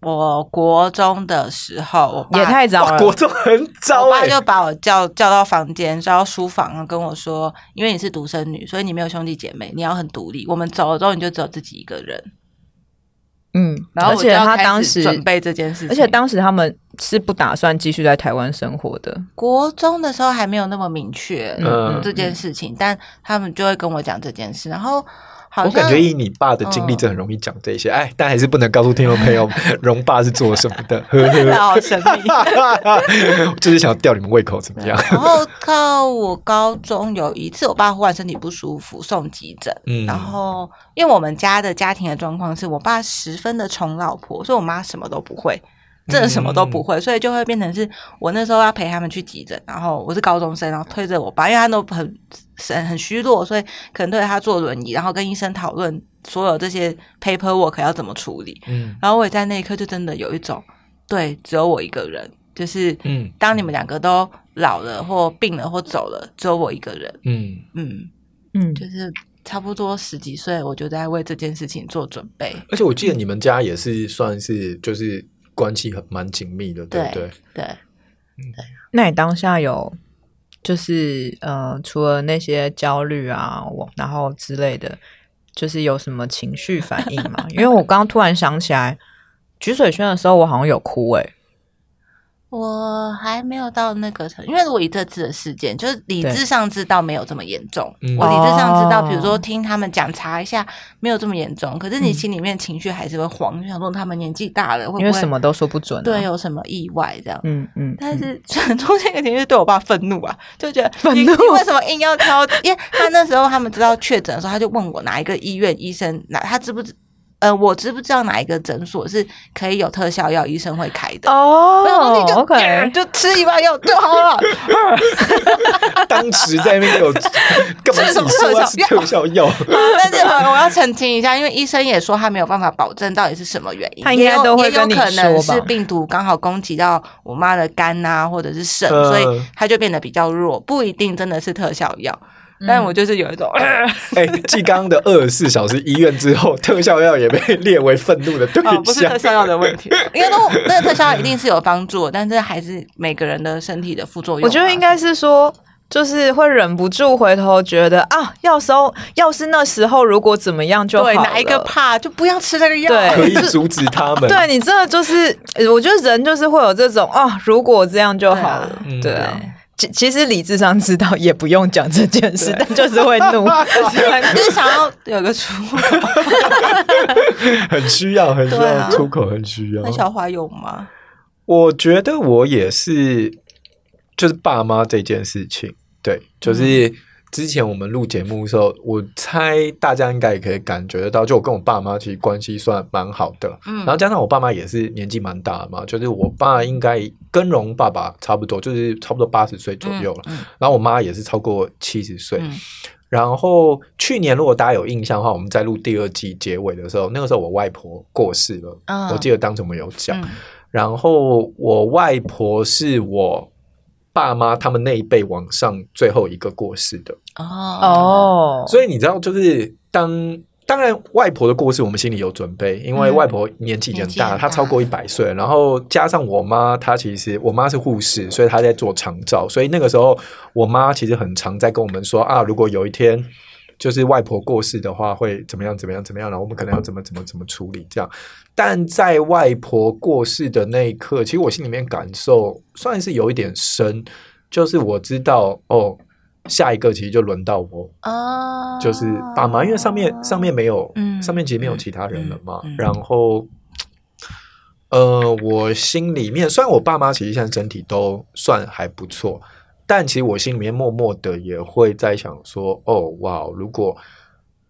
我国中的时候，我爸也太早哇，国了，中很早我爸哎、就把我叫叫到房间，叫到书房，跟我说，因为你是独生女，所以你没有兄弟姐妹，你要很独立。我们走了之后，你就只有自己一个人。嗯，然后而我就且要他开始当时准备这件事情，而且当时他们是不打算继续在台湾生活的。国中的时候还没有那么明确嗯这件事情，但他们就会跟我讲这件事，然后好我像感觉以你爸的经历，嗯这很容易讲这些。哎、但还是不能告诉听众朋 (laughs) 友荣爸是做什么的， (laughs) 呵呵。好神秘。就是想吊你们胃口怎么样？然后到我高中有一次，我爸忽然身体不舒服送急诊，嗯然后因为我们家的家庭的状况是我爸十分的宠老婆，所以我妈什么都不会。真的什么都嗯不会，所以就会变成是我那时候要陪他们去急诊，然后我是高中生，然后推着我爸，因为他都很很很虚弱，所以可能对着他坐轮椅，然后跟医生讨论所有这些 paperwork 要怎么处理。嗯然后我也在那一刻就真的有一种，对，只有我一个人，就是嗯当你们两个都老了或病了或走了，只有我一个人，嗯，嗯，嗯，就是差不多十几岁，我就在为这件事情做准备。而且我记得你们家也是算是就是关系很蛮紧密的，对不对？对，那你当下有就是呃，除了那些焦虑啊，我然后之类的，就是有什么情绪反应吗？ (laughs) 因为我刚刚突然想起来，举水轩的时候，我好像有哭欸诶、我还没有到那个程，因为我以这次的事件，就是理对智上知道没有这么严重，嗯我理智上知道，比如哦说听他们讲查一下没有这么严重，可是你嗯心里面情绪还是会慌，就想说他们年纪大了会不会因为什么都说不准、啊。对有什么意外这样。嗯嗯，但嗯是转出这个情绪对我爸愤怒啊，就觉得愤你怒你为什么硬要挑？因为他那时候他们知道确诊的时候，他就问我哪一个医院医生哪他知不知呃我知不知道哪一个诊所是可以有特效药医生会开的。我想说哦你就，OK，就吃一包药就好了。当时在那 (laughs) 边给我干嘛？这是什么你说他是特特效 (laughs) 药？ (laughs) 但是呃我要澄清一下，因为医生也说他没有办法保证到底是什么原因，他应该也有都会也有跟你可能说吧是病毒刚好攻击到我妈的肝啊，或者是肾，呃嗯所以他就变得比较弱，不一定真的是特效药。嗯但我就是有一种， (laughs) 哎，继刚刚的二十四小时医院之后，特效药也被列为愤怒的对哦，不是象特。效药的问题，因为都那个特效药一定是有帮助，但是还是每个人的身体的副作用啊、我觉得应该是说。就是会忍不住回头觉得啊，要时候要是那时候如果怎么样就好对哪一个了怕就不要吃那个药。对 (laughs) 可以阻止他们。对你真的就是，呃我觉得人就是会有这种啊，如果这样就好了，嗯对啊。其其实理智上知道也不用讲这件 (laughs) 事，但就是会怒。就是想要有个出 (laughs) 口，很需要，很需对要啊出口，很需那小要。花有吗？我觉得我也是，就是爸妈这件事情，对，嗯就是之前我们录节目的时候，我猜大家应该也可以感觉得到，就我跟我爸妈其实关系算蛮好的，嗯然后加上我爸妈也是年纪蛮大的嘛，就是我爸应该跟荣爸爸差不多，就是差不多八十岁左右了，嗯嗯然后我妈也是超过七十岁，嗯然后去年如果大家有印象的话，我们在录第二季结尾的时候，那个时候我外婆过世了，嗯我记得当时我们有讲。嗯然后我外婆是我爸妈他们那一辈往上最后一个过世的，哦哦，所以你知道，就是当当然外婆的过世，我们心里有准备，因为嗯外婆年纪已经年很大，纪很大她超过一百岁，然后加上我妈，她其实我妈是护士，所以她在做长照，所以那个时候我妈其实很常在跟我们说啊，如果有一天。就是外婆过世的话，会怎么样？怎么样？怎么样？然后我们可能要怎么怎么怎么处理这样。但在外婆过世的那一刻，其实我心里面感受算是有一点深，就是我知道哦，下一个其实就轮到我哦，就是爸妈，因为上面上面没有，嗯上面其实没有其他人了嘛。嗯嗯嗯然后，呃，我心里面虽然我爸妈其实现在整体都算还不错，但其实我心里面默默的也会在想说，哦，哇，如果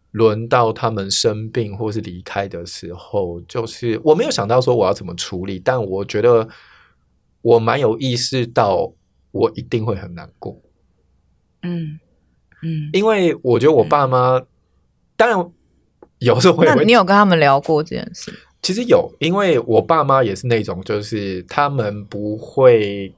轮到他们生病或是离开的时候，就是我没有想到说我要怎么处理，但我觉得我蛮有意识到，我一定会很难过。嗯嗯，因为我觉得我爸妈，当然有时候我也那会你有跟他们聊过这件事？其实有，因为我爸妈也是那种，就是他们不会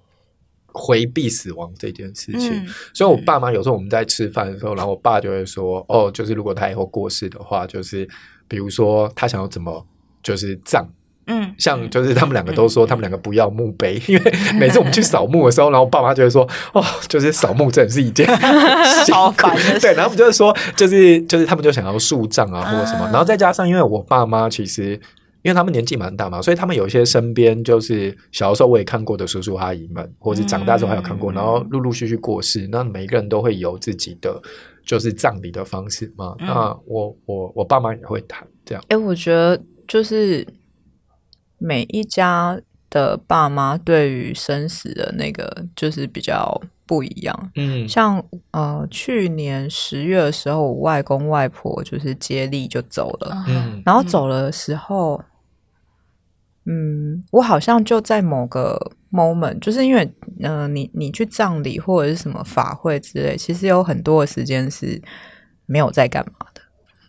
回避死亡这件事情。嗯所以，我爸妈有时候我们在吃饭的时候，然后我爸就会说：“哦，就是如果他以后过世的话，就是比如说他想要怎么就是葬，嗯，像就是他们两个都说他们两个不要墓碑，因为每次我们去扫墓的时候，然后我爸妈就会说：哦，就是扫墓真的是一件 (laughs) 辛好苦烦的事对，然后他们就是说，就是就是他们就想要树葬啊或者什么，啊然后再加上因为我爸妈其实。因为他们年纪蛮大嘛，所以他们有一些身边就是小的时候我也看过的叔叔阿姨们，或者是长大之后还有看过，嗯然后陆陆续续过世。那每个人都会有自己的就是葬礼的方式嘛。嗯那我我我爸妈也会谈这样，哎、我觉得就是每一家的爸妈对于生死的那个就是比较不一样。嗯像呃，去年十月的时候，我外公外婆就是接力就走了，嗯嗯然后走了的时候，嗯，我好像就在某个 moment，就是因为呃，你你去葬礼或者是什么法会之类，其实有很多的时间是没有在干嘛的，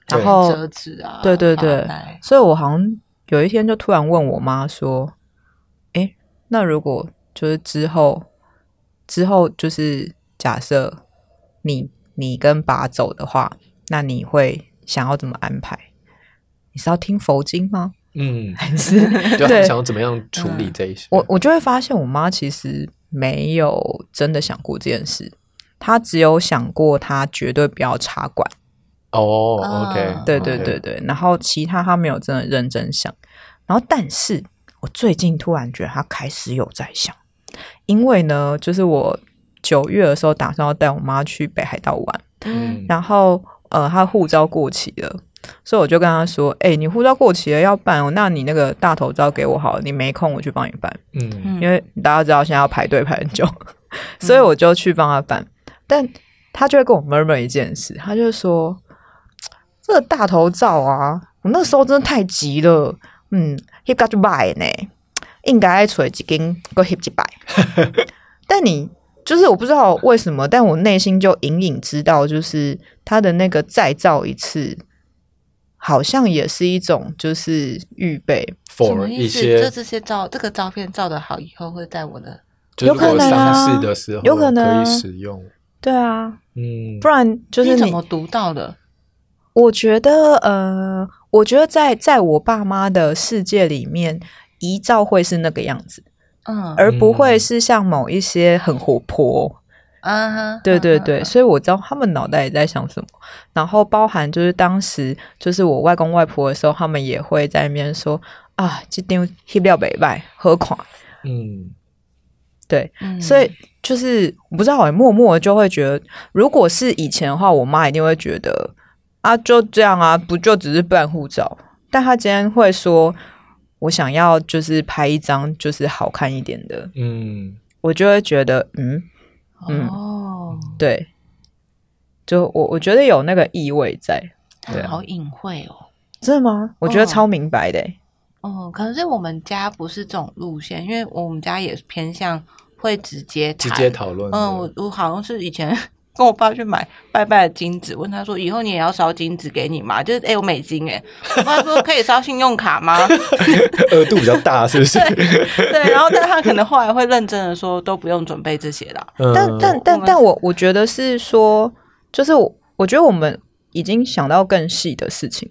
对然后折纸啊，对对对发呆所以我好像有一天就突然问我妈说：“诶，那如果就是之后，之后就是假设你你跟爸走的话，那你会想要怎么安排？你是要听佛经吗？ (laughs) 嗯，还是 (laughs) 就他对们想要怎么样处嗯理这一些？我我就会发现，我妈其实没有真的想过这件事，她只有想过她绝对不要插管。”哦、啊 o k 对对对，对，然后其他他没有真的认真想，然后但是我最近突然觉得他开始有在想，因为呢，就是我九月的时候打算要带我妈去北海道玩，嗯，然后呃，她护照过期了，所以我就跟她说，哎、你护照过期了要办哦，那你那个大头照给我好了，你没空我去帮你办，嗯嗯因为大家知道现在要排队排很久， (laughs) 所以我就去帮他办。但他就会跟我 murmur 一件事，他就说：“这个大头照啊，我那时候真的太急了，嗯，翕个就买呢，应该爱找一间个翕一摆。但你就是我不知道为什么，但我内心就隐隐知道，就是他的那个再照一次。”好像也是一种就是预备，什，for 么一意思？就些这些照，这个照片照的好，以后会在我的就是如果有可能啊丧事的时候有可能啊以使用，对啊，嗯，不然就你是你怎么读到的？我觉得，呃，我觉得在在我爸妈的世界里面，遗照会是那个样子，嗯，而不会是像某一些很活泼。啊哈，对对嗯对，，所以我知道他们脑袋也在想什么。然后包含就是当时就是我外公外婆的时候，他们也会在那边说啊，这丢黑料北拜何况嗯，对，嗯所以就是我不知道欸，默默地就会觉得，如果是以前的话，我妈一定会觉得啊，就这样啊，不就只是办护照？但她今天会说，我想要就是拍一张就是好看一点的，嗯，我就会觉得嗯，嗯哦，对，就我我觉得有那个意味在，他对啊好隐晦哦。真的吗？我觉得哦超明白的欸、哦，可是我们家不是这种路线，因为我们家也偏向会直接直谈接讨论的，嗯，我我好像是以前 (laughs) 跟我爸去买拜拜的金子，问他说：“以后你也要烧金子给你吗？”就是哎、欸有美金哎、我爸说：“可以烧信用卡吗？” (laughs) (laughs) 额度比较大，是不是？对，然后但他可能后来会认真的说：“都不用准备这些啦。 (laughs) 嗯但但但但我我觉得是说，就是我我觉得我们已经想到更细的事情。”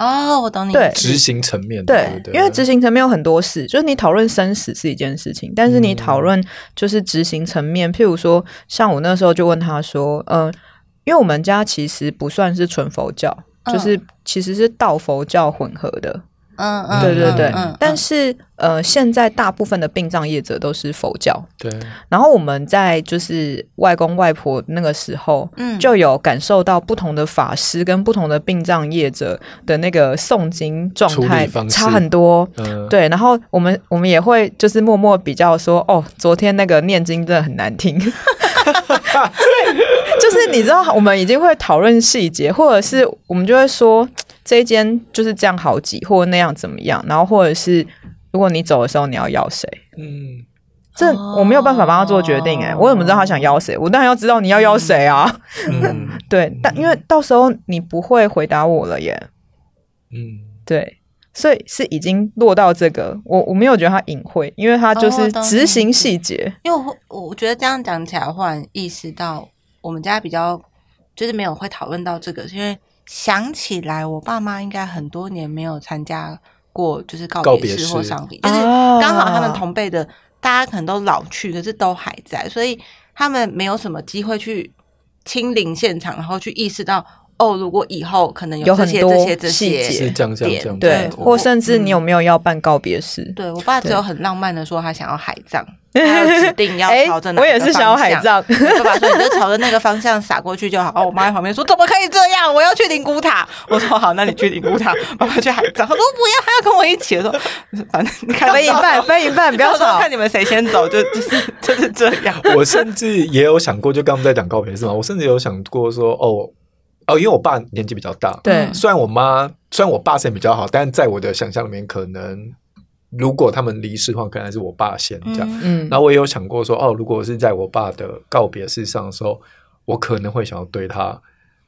哦，我懂你。对执行层面的，对对不，对，因为执行层面有很多事，就是你讨论生死是一件事情，但是你嗯讨论就是执行层面，譬如说，像我那时候就问他说，嗯、因为我们家其实不算是纯佛教，就是其实是道佛教混合的，嗯嗯，对对嗯对。嗯但是是呃，现在大部分的殡葬业者都是佛教，对，然后我们在就是外公外婆那个时候，嗯就有感受到不同的法师跟不同的殡葬业者的那个诵经状处理态方式差很多，嗯，对，然后我们我们也会就是默默比较说，哦，昨天那个念经真的很难 (laughs) 听，所以就是你知道，我们已经会讨论细节，或者是我们就会说这一间就是这样好挤，或者那样怎么样，然后或者是如果你走的时候你要邀谁。嗯，这哦我没有办法帮他做决定哎、我怎么知道他想邀谁？我当然要知道你要邀谁啊。嗯对，但因为到时候你不会回答我了耶。 (laughs) 嗯，对，所以是已经落到这个，我我没有觉得它隐晦，因为它就哦是懂执行细节。因为我会我觉得这样讲起来，忽然意识到我们家比较就是没有会讨论到这个，是因为想起来我爸妈应该很多年没有参加过就是告告别别式或式丧礼，就是啊刚好他们同辈的大家可能都老去，可是都还在，所以他们没有什么机会去亲临现场，然后去意识到哦，如果以后可能有这很些多这些这些细节是这样这样点这样对对，没错或甚至你有嗯没有要办告别式？对我爸只对有很浪漫的说他想要海葬，他要指 (laughs) 定要哎朝着、哪我也个是想要方海向葬，我爸爸说你就朝着那个方向撒过去就好。然后我妈在旁边说怎么可以这样？我要去灵骨塔。我说好，那你去灵骨塔，爸爸去海葬。他说不要，他要跟我一起。我说反正你看分一半，分一半，不不 (laughs) 要吵看。你们谁先走，就就是 (laughs) 就是这样。我甚至也有想过，就刚刚我们在讲告别式嘛，我甚至有想过说，哦哦，因为我爸年纪比较大，对虽然我妈虽然我爸先比较好，但在我的想象里面，可能如果他们离世的话，可能还是我爸先这样。嗯，然后我也有想过说，哦，如果是在我爸的告别式上的时候，我可能会想要对他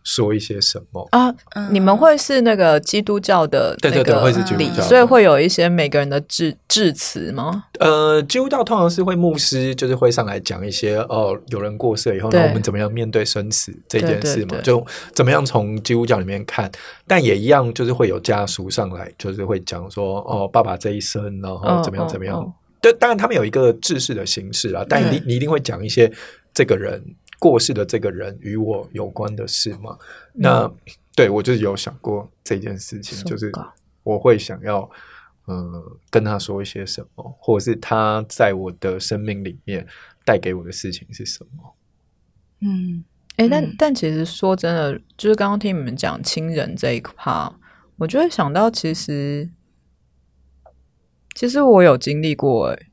说一些什么。啊，嗯你们会是那个基督教的对对那对个会是基督礼教的所以会有一些每个人的致致辞吗？呃，基督教通常是会牧师就是会上来讲一些哦，有人过世了以后，对那我们怎么样面对生死这件事嘛，对对对就怎么样从基督教里面看，但也一样就是会有家属上来，就是会讲说哦，爸爸这一生，然后嗯哦怎么样怎么样。嗯嗯对，当然他们有一个制式的形式啦，但你嗯你一定会讲一些这个人过世的这个人与我有关的事嘛。嗯那对我就是有想过这件事情， So 就是 good 我会想要嗯跟他说一些什么，或者是他在我的生命里面带给我的事情是什么。嗯，哎、但嗯但其实说真的，就是刚刚听你们讲亲人这一趴，我就会想到，其实其实我有经历过、欸，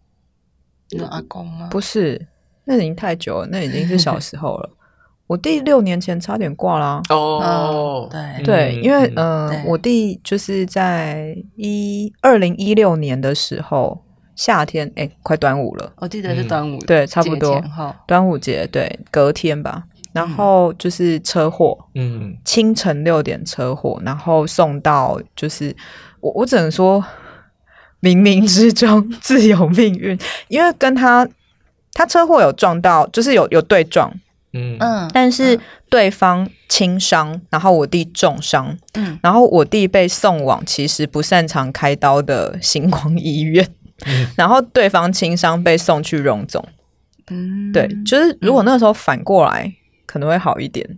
你有阿公吗？不是，那已经太久了，那已经 (laughs) 是小时候了。我弟六年前差点挂啦、哦对嗯对，因为嗯嗯、呃对我弟就是在一二零一六年的时候，夏天，哎、快端午了，我记得是端午、嗯对，差不多前后。端午节，对，隔天吧。嗯然后就是车祸，嗯清晨六点车祸，然后送到就是我我只能说冥冥之中自有命运，因为跟他他车祸有撞到，就是有有对撞，嗯嗯嗯但是对方轻伤，然后我弟重伤，嗯，然后我弟被送往其实不擅长开刀的星光医院，嗯然后对方轻伤被送去荣总。嗯对，就是如果那个时候反过来，可能会好一点。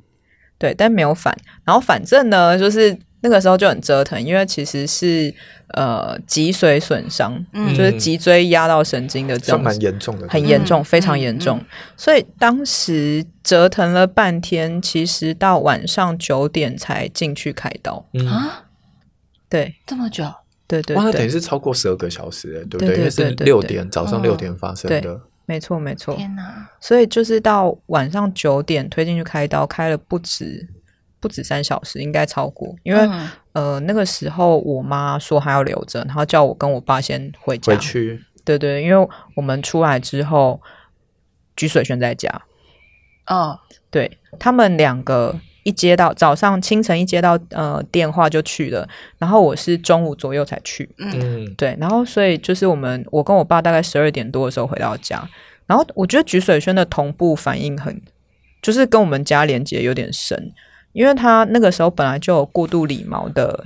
对，但没有反。然后反正呢，就是那个时候就很折腾，因为其实是呃脊髓损伤，嗯就是脊椎压到神经的这算种，蛮严重的，很严重，嗯非常严重。嗯所以当时折腾了半天，其实到晚上九点才进去开刀。嗯啊，对，这么久，对对哇，那等于对，是超过十二个小时，欸对不对对因为是对对六对点早上六点发生对的，没错没错。天哪！所以就是到晚上九点推进去开刀，开了不止不止三小时，应该超过，因为、嗯呃那个时候我妈说她要留着，然后叫我跟我爸先回家。回去对对，因为我们出来之后，菊水轩在家，哦，对他们两个。一接到早上清晨一接到呃电话就去了，然后我是中午左右才去，嗯嗯对，然后所以就是我们，我跟我爸大概十二点多的时候回到家，然后我觉得菊水轩的同步反应很，就是跟我们家连接有点深，因为他那个时候本来就有过度理毛的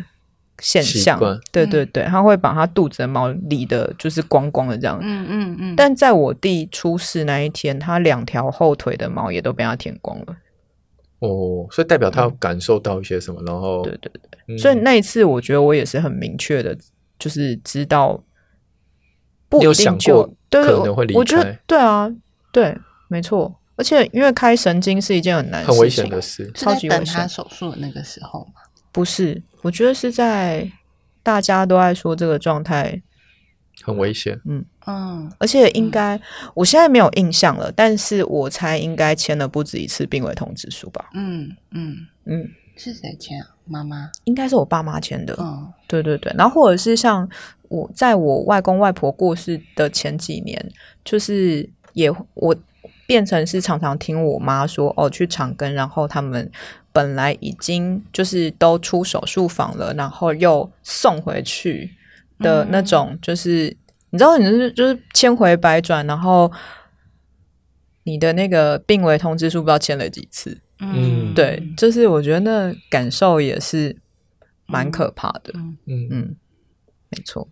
现习象惯，对对对，他会把他肚子的毛理的，就是光光的这样。嗯嗯嗯，但在我弟出事那一天，他两条后腿的毛也都被他舔光了。哦，所以代表他有感受到一些什么，然后嗯对对对，嗯所以那一次我觉得我也是很明确的，就是知道不你有一定想就过对对可能会离我觉得开对啊，对，没错。而且因为开神经是一件很难很事危险情的事。是在超级等危险他手术的那个时候嘛。不是，我觉得是在大家都在说这个状态，很危啊险。嗯，而且应该、我现在没有印象了，但是我猜应该签了不止一次病危通知书吧？嗯，嗯，嗯，是谁签啊？妈妈。应该是我爸妈签的。嗯对对对，然后或者是像我在我外公外婆过世的前几年，就是也我变成是常常听我妈说哦，去长庚，然后他们本来已经就是都出手术房了，然后又送回去，的那种，就是、你知道，你就是就是千回百转，然后你的那个病危通知书不知道签了几次，嗯对，就是我觉得那感受也是蛮可怕的，嗯嗯，没错。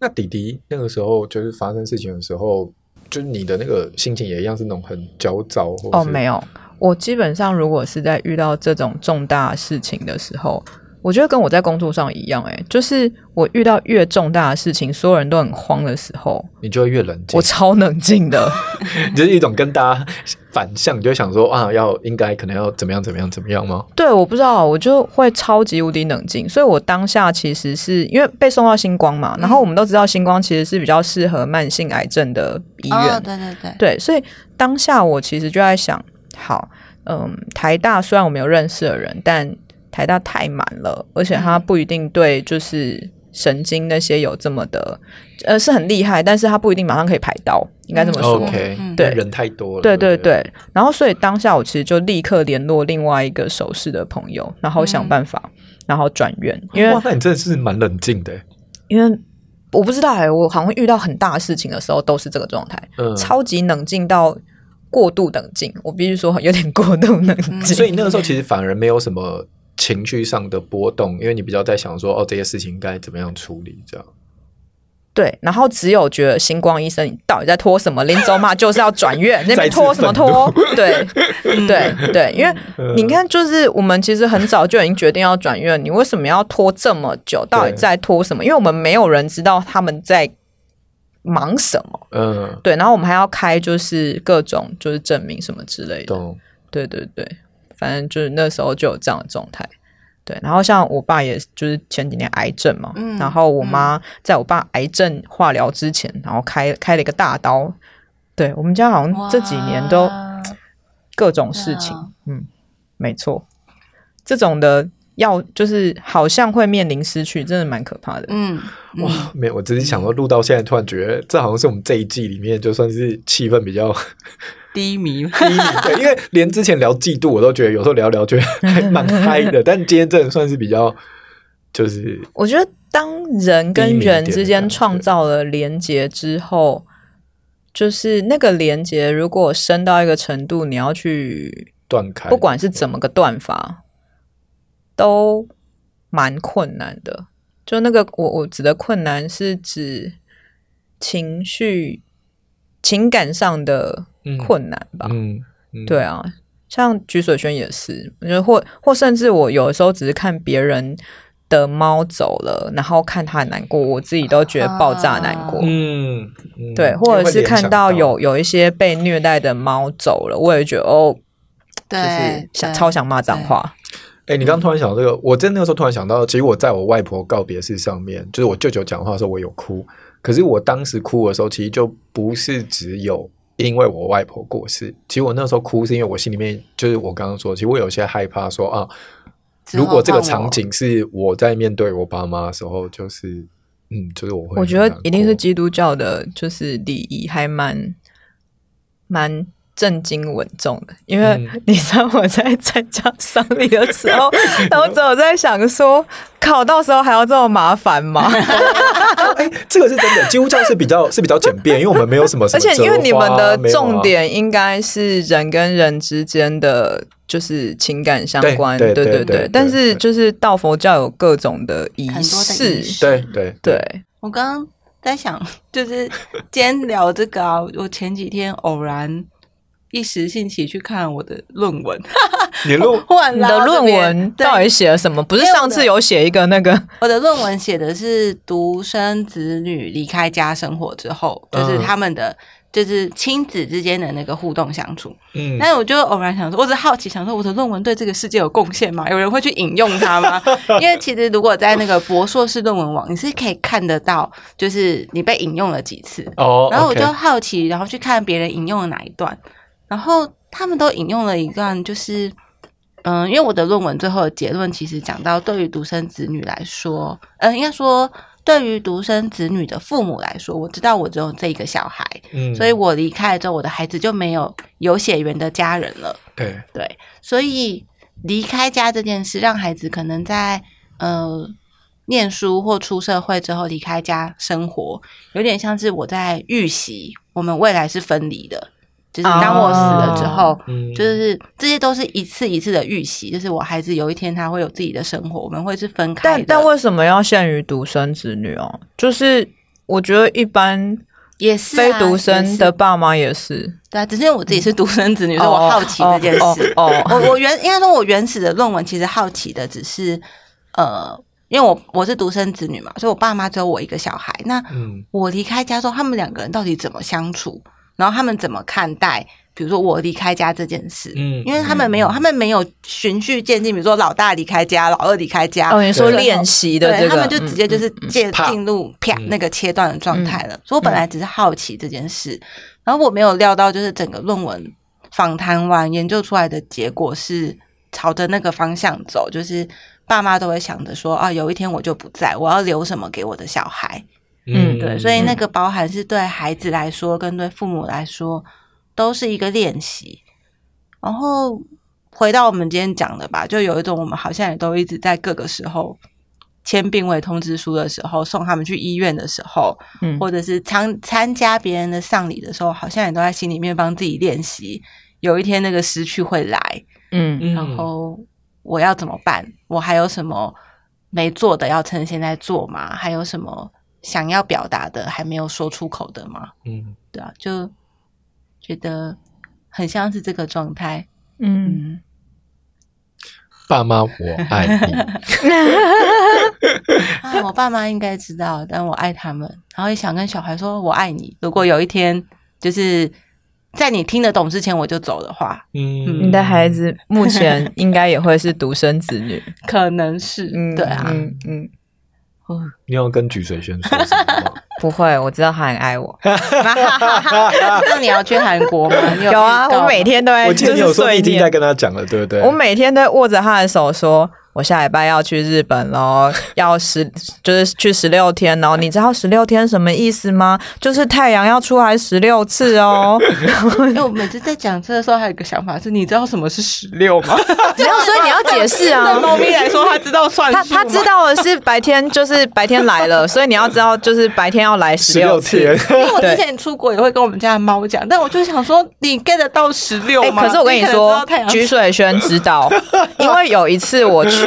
那弟弟那个时候就是发生事情的时候，就是你的那个心情也一样是那种很焦躁，或哦，是没有，我基本上如果是在遇到这种重大事情的时候，我觉得跟我在工作上一样、欸，就是我遇到越重大的事情，所有人都很慌的时候，你就会越冷静 (laughs) 我，超冷静的。 (laughs) 就是一种跟大家反向，你就会想说啊，要应该可能要怎么样怎么样怎么样吗？对，我不知道，我就会超级无敌冷静，所以我当下其实是因为被送到星光嘛，然后我们都知道星光其实是比较适合慢性癌症的医院，欸哦，对对对，对，所以当下我其实就在想，好，嗯，台大虽然我没有认识的人，但台大太满了，而且它不一定对就是神经那些有这么的，呃，是很厉害，但是它不一定马上可以排到，应该这么嗯说。哦 OK，嗯对，人太多了，对对哦对不，对，然后所以当下我其实就立刻联络另外一个手势的朋友，然后想嗯办法，然后转院，因为哇，那你真的是蛮冷静的，因为我不知道哎、我好像遇到很大的事情的时候都是这个状态，嗯，超级冷静到过度冷静， (laughs) 我必须说有点过度冷静。嗯 (laughs) 所以那个时候其实反而没有什么情绪上的波动，因为你比较在想说哦，这些事情应该怎么样处理这样。对，然后只有觉得星光医生你到底在拖什么？林走马就是要转院，那边拖什么拖？对嗯对对，因为呃嗯你看，就是我们其实很早就已经决定要转院，你为什么要拖这么久？到底在拖什么？因为我们没有人知道他们在忙什么。嗯，对，然后我们还要开就是各种就是证明什么之类的。懂。对对对，反正就是那时候就有这样的状态。对，然后像我爸也就是前几年癌症嘛，嗯然后我妈在我爸癌症化疗之前，然后开开了一个大刀。对我们家好像这几年都哇啊各种事情哇，嗯，没错，这种的要就是好像会面临失去，真的蛮可怕的。嗯哇，没有，我只是想说，录到现在突然觉得，这好像是我们这一季里面就算是气氛比 (laughs) 较低迷，低迷的，因为连之前聊嫉妒，我都觉得有时候聊聊觉得还嗯蛮嗨的，但今天真的算是比较就是我觉得当人跟人之间创造了连接之后，就是那个连接如果深到一个程度，你要去断开，不管是怎么个断法，都蛮困难的。就那个我我指的困难是指情绪、情感上的嗯困难吧？嗯，嗯对，啊，像菊水轩也是，我觉得或或甚至我有的时候只是看别人的猫走了，然后看它很难过，我自己都觉得爆炸难过。嗯，嗯对，或者是看到，会联想有有一些被虐待的猫走了，我也觉得哦，就对是，想超想骂脏话。哎、你刚嗯刚突然想到这个，我在那个时候突然想到，其实我在我外婆告别式上面，就是我舅舅讲话的时候，我有哭。可是我当时哭的时候，其实就不是只有因为我外婆过世，其实我那时候哭是因为我心里面就是我刚刚说，其实我有些害怕说啊，之后如果这个换我场景是我在面对我爸妈的时候，就是嗯，就是我会，我觉得一定是基督教的，就是礼仪还蛮蛮正经稳重的，因为嗯你知道我在参加丧礼的时 (laughs) 候，然后只有在想说，考到时候还要这么麻 (laughs) 烦吗？哎、这个是真的，基督教是比较是比较简便，因为我们没有什么什 (laughs) 而么折花且啊，因为你们的没有啊重点应该是人跟人之间的。就是情感相关，对对对对对对但是就是道佛教有各种的仪很多的仪式，式对对对，我刚刚在想，就是今天聊这个啊，我前几天偶然一时兴起去看我的论文， (laughs) 你 (laughs) 录忽然你拉的到这论边文对到底写了什么？不是因为我上次的有写一个那个我的论文写的是独生子女离开家生活之后，就是嗯他们的。就是亲子之间的那个互动相处，嗯，但我就偶然想说，我只好奇想说，我的论文对这个世界有贡献吗？有人会去引用它吗？ (laughs) 因为其实如果在那个博硕士论文网，你是可以看得到，就是你被引用了几次，哦，然后我 OK 就好奇，然后去看别人引用了哪一段，然后他们都引用了一段，就是嗯、因为我的论文最后的结论其实讲到，对于独生子女来说，嗯、应该说对于独生子女的父母来说，我知道我只有这一个小孩，嗯所以我离开了之后，我的孩子就没有有血缘的家人了。对，对，所以离开家这件事，让孩子可能在呃念书或出社会之后离开家生活，有点像是我在预习我们未来是分离的，就是当我死了之后。哦嗯就是这些都是一次一次的预习，就是我孩子有一天他会有自己的生活，我们会是分开但的。但为什么要限于独生子女哦？就是我觉得一般也是、啊、非独生的也是爸妈也是，对啊，只是我自己是独生子女，比所以我好奇这件事。嗯哦，哦哦我我原应该说，我原始的论文其实好奇的只是，呃，因为我我是独生子女嘛，所以我爸妈只有我一个小孩。那嗯我离开家之后，他们两个人到底怎么相处？然后他们怎么看待？比如说我离开家这件事，嗯因为他们没有，他们没有循序渐进，比如说老大离开家，老二离开家，哦，你说啊对练习的对这个，他们就直接就嗯嗯是进啪进入啪嗯那个切断的状态了。所以我本来只是好奇这件事，然后我没有料到，就是整个论文访谈完研究出来的结果是朝着那个方向走，就是爸妈都会想着说啊，有一天我就不在，我要留什么给我的小孩？嗯对，所以那个包含是对孩子来说跟对父母来说都是一个练习。然后回到我们今天讲的吧，就有一种我们好像也都一直在各个时候签病危通知书的时候，送他们去医院的时候，嗯或者是参参加别人的丧礼的时候，好像也都在心里面帮自己练习，有一天那个失去会来，嗯嗯然后我要怎么办？我还有什么没做的要趁现在做吗？还有什么想要表达的还没有说出口的吗？嗯对啊，就觉得很像是这个状态。嗯， (laughs) 爸妈我爱你，啊，我爸妈应该知道，但我爱他们，然后也想跟小孩说我爱你。如果有一天就是在你听得懂之前我就走的话， (laughs) 嗯你的孩子目前应该也会是独生子女，可能是、(laughs) 嗯，对啊。嗯嗯，你有跟举水轩说什么吗？ (laughs) 不会，我知道他很 (laughs) 爱我，那你要去韩国吗？你有有啊，遇到我每吗天都在，我记就得你是有说你碎已经在念，跟他讲了，对不对？我每天都握着他的手说。我下礼拜要去日本 (laughs) 喽，要十就是去十六天哦。你知道十六天什么意思吗？就是太阳要出来十六次 (laughs) 哦。 (laughs) 因为我每次在讲这的时候，还有一个想法是，你知道什么是十六吗？没有，所以你要解释 (laughs) 啊。对猫咪来说，它知道算啊他数吗他知，道的是白天，就是白天来了，所以你要知道，就是白天要来十六六次。天， (laughs) 因为我之前出国也会跟我们家的猫讲，但我就想说，你 get 得到十六哎、吗？可是我跟你可你能知说道太，阳菊水轩知道，因为有一次我去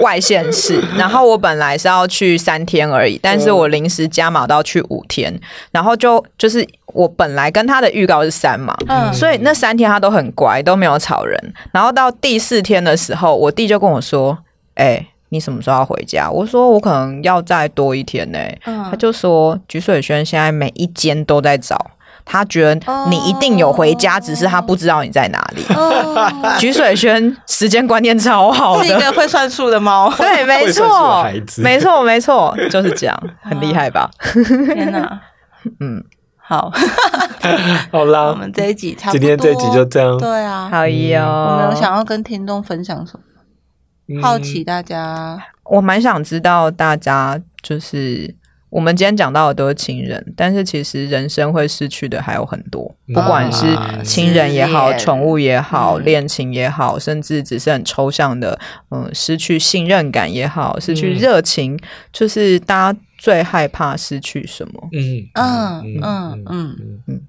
外县市，然后我本来是要去三天而已，但是我临时加码到去五天，然后就就是我本来跟他的预告是三嘛，嗯 (laughs) 所以那三天他都很乖，都没有吵人。然后到第四天的时候，我弟就跟我说：“哎、你什么时候要回家？”我说：“我可能要再多一天呢、嗯他就说：“菊水轩现在每一间都在找，他觉得你一定有回家，哦只是他不知道你在 (laughs) 哪里。哦菊水轩时间观念超好 (laughs) 是一的，。个会算数的猫对，没会算数的错孩，子没错，没错，就是这样，很厉害吧？天 (laughs) 哪，嗯， (laughs) 好，好我啦们，这一集差不多，今天这集就这样。对啊。好哟，我嗯们有想要跟听众分享什么？嗯好奇，大家我蛮想知道大家就是我们今天讲到的都是亲人，但是其实人生会失去的还有很多，嗯不管是亲人也好、嗯宠物也好、嗯恋情也好，甚至只是很抽象的，嗯，失去信任感也好，失去嗯热情，就是大家最害怕失去什么？嗯嗯嗯嗯，嗯嗯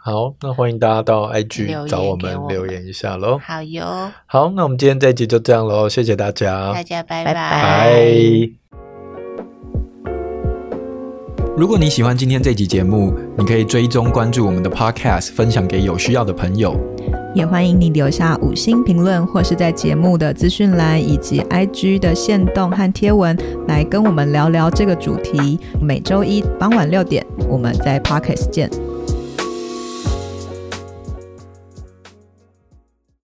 好，那欢迎大家到留言 IG 找我们给我们留言一下喽。好哟，好，那我们今天这集就这样喽，谢谢大家，大家拜拜拜拜。拜。如果你喜欢今天这集节目，你可以追踪关注我们的 Podcast，分享给有需要的朋友。也欢迎你留下五星评论，或是在节目的资讯栏以及 IG 的线动和贴文来跟我们聊聊这个主题。每周一傍晚六点，我们在 Pockets 见。